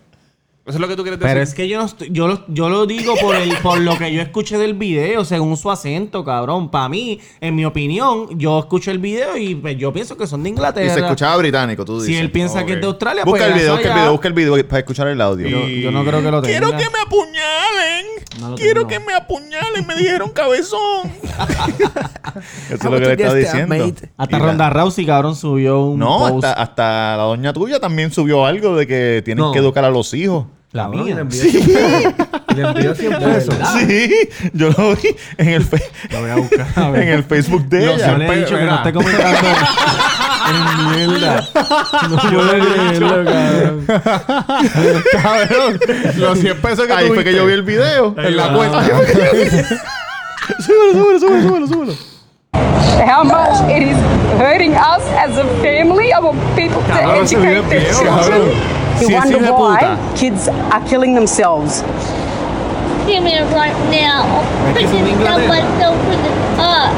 S2: Eso es lo que tú quieres decir.
S4: Pero es que yo no estoy- yo lo, yo lo digo por el, por lo que yo escuché del video, según su acento, cabrón. Para mí, en mi opinión, yo escucho el video y pues, yo pienso que son de Inglaterra.
S3: Y se escuchaba británico, tú dices.
S4: si él piensa
S2: ok.
S4: que es de Australia,
S3: Busca
S4: pues
S3: el video,
S4: eso
S3: busca el
S4: ya-
S3: video, busca el video para escuchar el audio.
S4: Yo, yo no creo que lo tenga.
S3: me apuñalen.
S4: No lo Quiero tengo. que
S3: me apuñalen. Me dijeron cabezón. Eso es lo que le está diciendo.
S4: Hasta
S3: Y la-
S4: Ronda Rousey, cabrón, subió un
S3: No,
S4: post.
S3: hasta, hasta la doña tuya también subió algo de que tienen
S1: No.
S3: que educar a los hijos.
S4: La
S1: Cabrón,
S4: mía.
S1: le envió 100 pesos. Y le envió 100 pesos.
S3: Sí, yo lo vi en el, fe-
S4: voy a buscar. A ver.
S3: en el Facebook de
S2: Los
S4: Yo
S3: ella.
S4: le he dicho que no esté comentando. Es mierda.
S1: Yo le digo, cabrón.
S2: cabrón. Los 100 pesos que
S3: Ahí fue que yo vi el video.
S2: en
S4: Ah.
S2: la cuenta.
S3: súbelo, súbelo, súbelo, súbelo, súbelo.
S8: how much it is hurting us as a family, our people, to
S2: Cabrón, ese video
S8: educate their
S2: es peor,
S8: children.
S2: cabrón.
S8: You
S2: Sí, es
S8: wonder
S2: hijo de
S8: why
S2: puta.
S8: kids are killing themselves.
S9: Give me a right now.
S4: Es que
S9: I
S4: son de
S9: just got
S4: Inglaterra.
S9: myself in the up.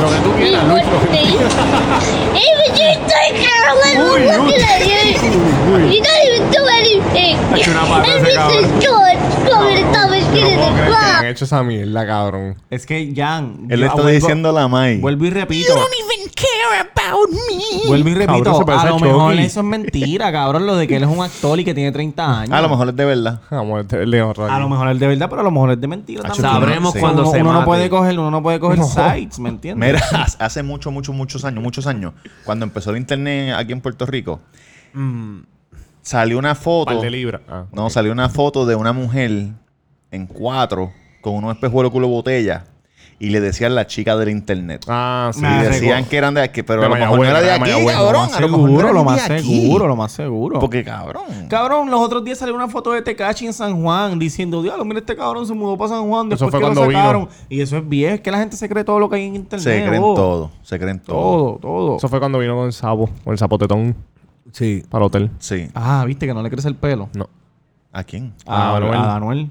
S2: Lo que tú
S9: You
S2: quieras, Luis. lo
S9: wouldn't
S2: que-
S9: be. Even you think, Carolyn, we're looking at you. You don't even do anything.
S2: hecho una pata ese
S9: Everything's good. Come in and tell me
S2: Yo
S9: get
S2: no
S9: in
S2: puedo creer
S9: the
S2: que
S9: club.
S2: han hecho esa mierda, cabrón.
S4: Es que Jan.
S3: Él
S4: yo
S3: le está
S4: ah, vuelvo-
S3: diciendo a la May.
S4: Vuelvo y repito.
S9: even care about me.
S4: Vuelvo y
S2: Cabrón, se
S4: repito,
S2: parece
S4: a
S2: a
S4: lo mejor
S2: Chucky.
S4: eso es mentira, cabrón, lo de que él es un actor y que tiene 30 años.
S3: Ah, A lo mejor es de verdad.
S2: Vamos, este te- Leo
S4: A lo
S2: Rayo.
S4: mejor es de verdad, pero a lo mejor es de mentira
S3: Hacho,
S4: también.
S1: Sabremos
S3: Sí.
S1: cuando
S4: uno,
S1: se
S4: uno no
S1: mate.
S4: puede coger, uno no puede coger sites, ¿me entiendes?
S3: Mira, hace mucho, mucho, muchos años, muchos años, cuando empezó el internet aquí en Puerto Rico,
S4: Mm.
S3: salió una foto.
S2: Par de libra. Ah,
S3: No, salió una foto de una mujer en cuatro con unos espejuelos culo botella y le decían la chica del internet.
S2: Ah, sí.
S3: Y
S4: Me
S3: decían
S4: recuerdo.
S3: que eran de aquí, pero
S2: De
S3: a lo mejor no
S2: Mayagüez,
S3: era de
S2: era
S3: aquí,
S2: Mayagüez, lo
S3: cabrón.
S4: más
S3: a lo mejor no
S4: seguro,
S3: era
S4: lo
S3: ni
S4: más
S3: de aquí.
S4: seguro, lo más seguro.
S3: Porque cabrón.
S4: Cabrón, los otros días salió una foto de Tecachi en San Juan diciendo, diablo, mira este cabrón se mudó para San Juan,
S2: Eso
S4: después
S2: fue
S4: que lo
S2: cuando vino.
S4: sacaron. Y eso es viejo, es que la gente se cree todo lo que hay en internet.
S3: Se creen
S4: bobo.
S3: todo, se creen todo.
S4: Todo, todo.
S2: Eso fue cuando vino con el sapo, con el zapotetón
S1: Sí.
S2: para el hotel.
S3: Sí.
S4: Ah, viste que no le crece el pelo.
S2: No.
S3: ¿A quién?
S4: A,
S2: A
S4: Anuel.
S2: Anuel.
S4: a Anuel.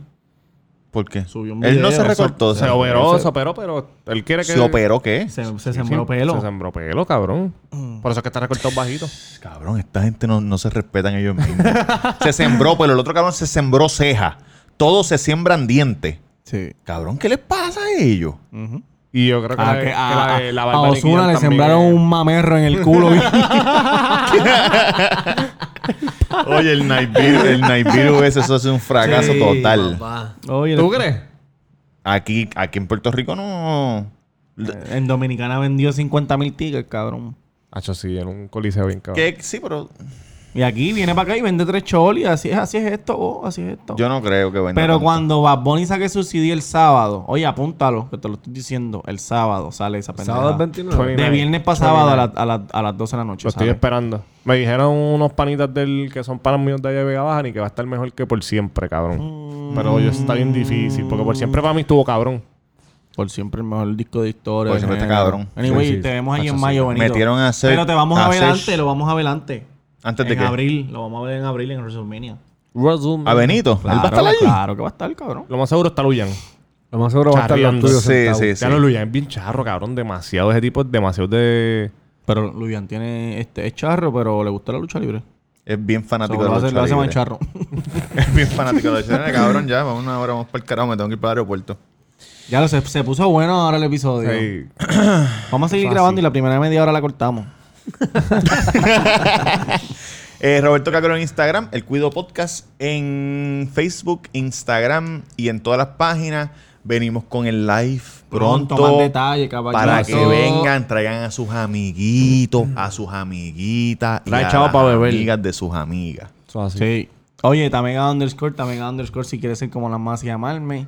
S3: ¿Por qué?
S4: Subió un
S3: Él no
S4: video,
S3: se recortó.
S2: Se operó, se operó, pero él quiere que.
S3: ¿Se operó qué?
S4: Se, se
S2: Sí,
S4: sembró
S2: sí,
S4: pelo.
S2: Se sembró pelo, cabrón. Por eso es que está recortado bajito.
S3: Cabrón, esta gente no, no se respetan ellos mismos. se sembró, pero el otro cabrón se sembró ceja. Todos se siembran dientes.
S4: Sí.
S3: Cabrón, ¿qué les pasa a ellos?
S4: Ujú.
S2: Y yo creo que
S4: Ah,
S2: la-
S4: que
S2: que
S4: a,
S2: la de- la barba
S4: a
S2: de
S4: Ozuna
S2: Nicky
S4: le
S2: Jam
S4: sembraron
S2: también.
S4: un mamerro en el culo.
S3: Oye, el Nibiru, el Nibiru ese, eso es un fracaso total.
S4: Oye,
S2: ¿Tú crees?
S3: Aquí, aquí en Puerto Rico no.
S4: en Dominicana vendió 50 mil tickets, cabrón.
S2: Hacho, sí, en un coliseo bien cabrón.
S3: Que sí, pero
S4: Y aquí viene para acá y vende tres cholis. Así es, así es esto, oh, así es esto.
S3: yo no creo que venda.
S4: Pero
S3: tanto.
S4: cuando Bad Bunny saque su CD el sábado, oye, apúntalo, que te lo estoy diciendo, el sábado sale esa pendejada.
S1: Sábado 29.
S4: De viernes para sábado a, la- a la- a las 12 de la noche.
S3: Pues
S2: Lo estoy
S4: sale.
S2: esperando. Me dijeron unos panitas del que son panas míos de allá de Vega Baja y que va a estar mejor que por siempre,
S4: Mm.
S2: cabrón. Pero yo está bien difícil, porque por siempre para mí estuvo cabrón.
S4: Por siempre el mejor disco de historia.
S3: Por siempre
S4: del
S3: está
S4: género.
S3: este cabrón.
S4: Anyway,
S2: Sí, sí.
S4: te vemos ahí
S2: Hacho,
S4: en
S2: sí.
S4: mayo, Benito.
S3: Metieron a Seth-
S4: Pero te vamos a,
S3: a
S4: ver
S3: Seth-
S4: antes, lo vamos a ver antes.
S3: Antes de
S4: en
S3: que.
S4: abril, lo vamos a ver en abril en WrestleMania.
S3: A Benito.
S4: Claro,
S3: Él va a estar allí.
S4: claro que va a estar, cabrón.
S2: Lo más seguro está Luyan.
S1: Lo más seguro va a estar en los
S2: Charreando.
S1: tuyos
S3: Sí,
S1: sentado.
S3: sí.
S2: Ya no, Luyan es bien charro, cabrón. Demasiado ese tipo, es demasiado de.
S4: Pero Luian tiene este es charro, pero le gusta la lucha libre.
S3: Es bien fanático
S4: So, lo
S3: de la
S4: hace, lo hace
S3: lucha
S4: más
S3: libre.
S4: charro.
S3: Es bien fanático de la lucha libre. Cabrón, ya, vamos una hora, vamos para el carajo, me tengo que ir para el aeropuerto.
S4: ya lo sé, se puso bueno ahora el episodio.
S2: Sí.
S4: Vamos a seguir grabando y la primera media hora la cortamos.
S3: Eh, Roberto Cacro en Instagram, El Cuido Podcast en Facebook, Instagram y en todas las páginas. Venimos con el live pronto.
S4: más detalle, caballero.
S3: para que vengan, traigan a sus amiguitos, a sus amiguitas y
S4: Trae
S3: a
S4: chavo
S3: las
S4: pa' beber.
S3: amigas de sus amigas.
S2: Eso es así.
S4: Sí. Oye, Tamega underscore, Tamega underscore, si quieres ser como las más y llamarme.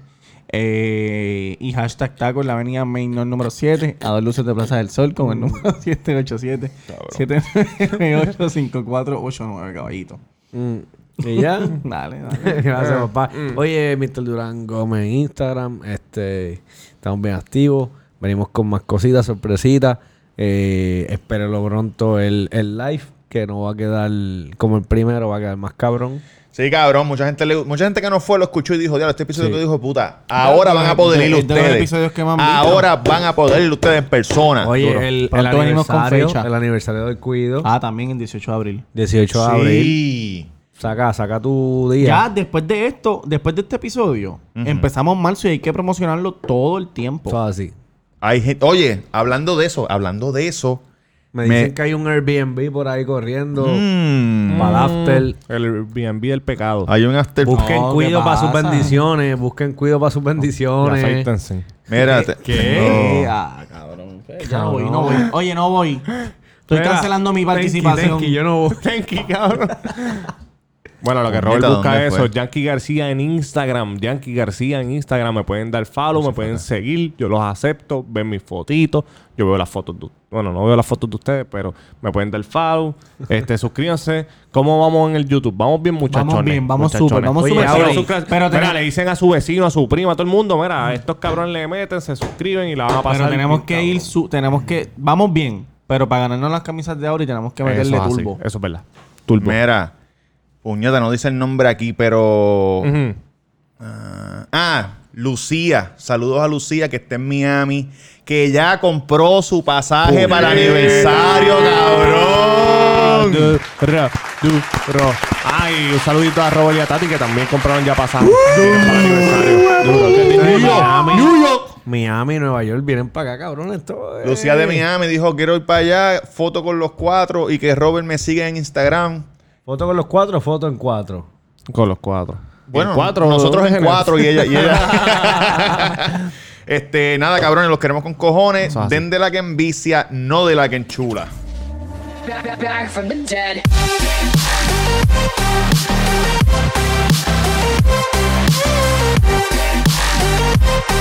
S4: Eh, y hashtag taco en la avenida Main no, el número 7, a dos luces de Plaza del Sol
S3: Mm.
S4: con el número 787 798 5489 caballito.
S1: Mm. ¿Y ya? Mm.
S4: Dale, dale.
S1: Gracias, papá. Oye, Mr. Durán Gómez en Instagram. Este, estamos bien activos. Venimos con más cositas, sorpresitas. Eh, espérenlo pronto el, el live, que no va a quedar como el primero, va a quedar más cabrón.
S3: Sí, cabrón, mucha gente, le- mucha gente que no fue lo escuchó y dijo, diablo, este episodio
S1: Sí.
S3: que dijo, puta, ahora van a poder
S4: de-
S3: ir
S4: de los
S3: ustedes.
S4: episodios que más han visto.
S3: Ahora van a poder ir ustedes en persona.
S1: Oye,
S4: duro.
S1: el, el
S4: Pronto venimos con
S1: aniversario,
S4: fecha.
S1: el aniversario del cuido,
S4: Ah, también el 18 de abril.
S1: 18 de abril.
S3: sí.
S1: Saca, saca tu día.
S4: Ya después de esto, después de este episodio, empezamos marzo y hay que promocionarlo todo el tiempo.
S1: Todo así.
S3: Hay gente- oye, hablando de eso, hablando de eso.
S1: Me
S3: Me-
S1: dicen que hay un Airbnb por ahí corriendo
S3: mm,
S1: para el after.
S2: El Airbnb del pecado.
S3: hay un after.
S1: Busquen
S4: No, ¿qué
S1: cuido para sus
S4: pasa?
S1: bendiciones. Busquen cuido para sus bendiciones.
S2: Aceítense.
S3: Mira, te-
S4: Eh,
S3: no.
S4: ah, cabrón. Ya no voy, no voy. Oye, no voy. Estoy
S1: Mira,
S4: cancelando mi
S1: thank you,
S4: participación.
S1: thank you, yo no voy.
S2: Bueno, lo que
S3: Puñeta,
S2: Robert busca
S3: ¿dónde
S2: es
S3: fue?
S2: eso. Yankee García en Instagram. Yankee García en Instagram. Me pueden dar follow, me pueden seguir. Yo los acepto. Ven mis fotitos. Yo veo las fotos de Bueno, no veo las fotos de ustedes, pero me pueden dar follow. este, suscríbanse. ¿Cómo vamos en el YouTube? Vamos bien, muchachones.
S4: bien, vamos
S2: muchachones.
S4: súper, vamos
S2: Oye,
S4: súper,
S2: ahora
S4: sí.
S2: suscríbanse.
S4: Pero
S2: Mira,
S4: tenemos-
S2: le dicen a su vecino, a su prima, a todo el mundo. Mira, a estos cabrones le meten, se suscriben y la van a pasar.
S4: Pero tenemos
S2: bien,
S4: que
S2: cabrón.
S4: ir, su- tenemos que, vamos bien, pero para ganarnos las camisas de ahora y tenemos que meterle
S2: eso es así,
S4: turbo.
S2: Eso es verdad.
S3: Mira, puñeta, no dice el nombre aquí, pero.
S2: Ujú.
S3: Ah, Lucía. Saludos a Lucía que está en Miami. Que ya compró su pasaje para el aniversario, cabrón.
S2: Du- ra- du- ro. Ay, un saludito a Robert y a Tati que también compraron ya pasaje. Vienen para el aniversario. Duro.
S1: Miami, Miami, Nueva York, vienen para acá, cabrón. Esto es-
S3: Lucía de Miami dijo: Quiero ir para allá, foto con los cuatro y que Robert me siga en Instagram.
S1: Foto con los cuatro, foto en cuatro.
S2: Con los cuatro.
S3: Bueno,
S2: En cuatro,
S3: nosotros en
S2: general.
S3: cuatro y ella. Y ella. este, nada, cabrones, los queremos con cojones.
S2: Eso es así.
S3: Den de la que envicia, no de la que enchula.
S5: Back, back, back from the dead.
S9: Thank you.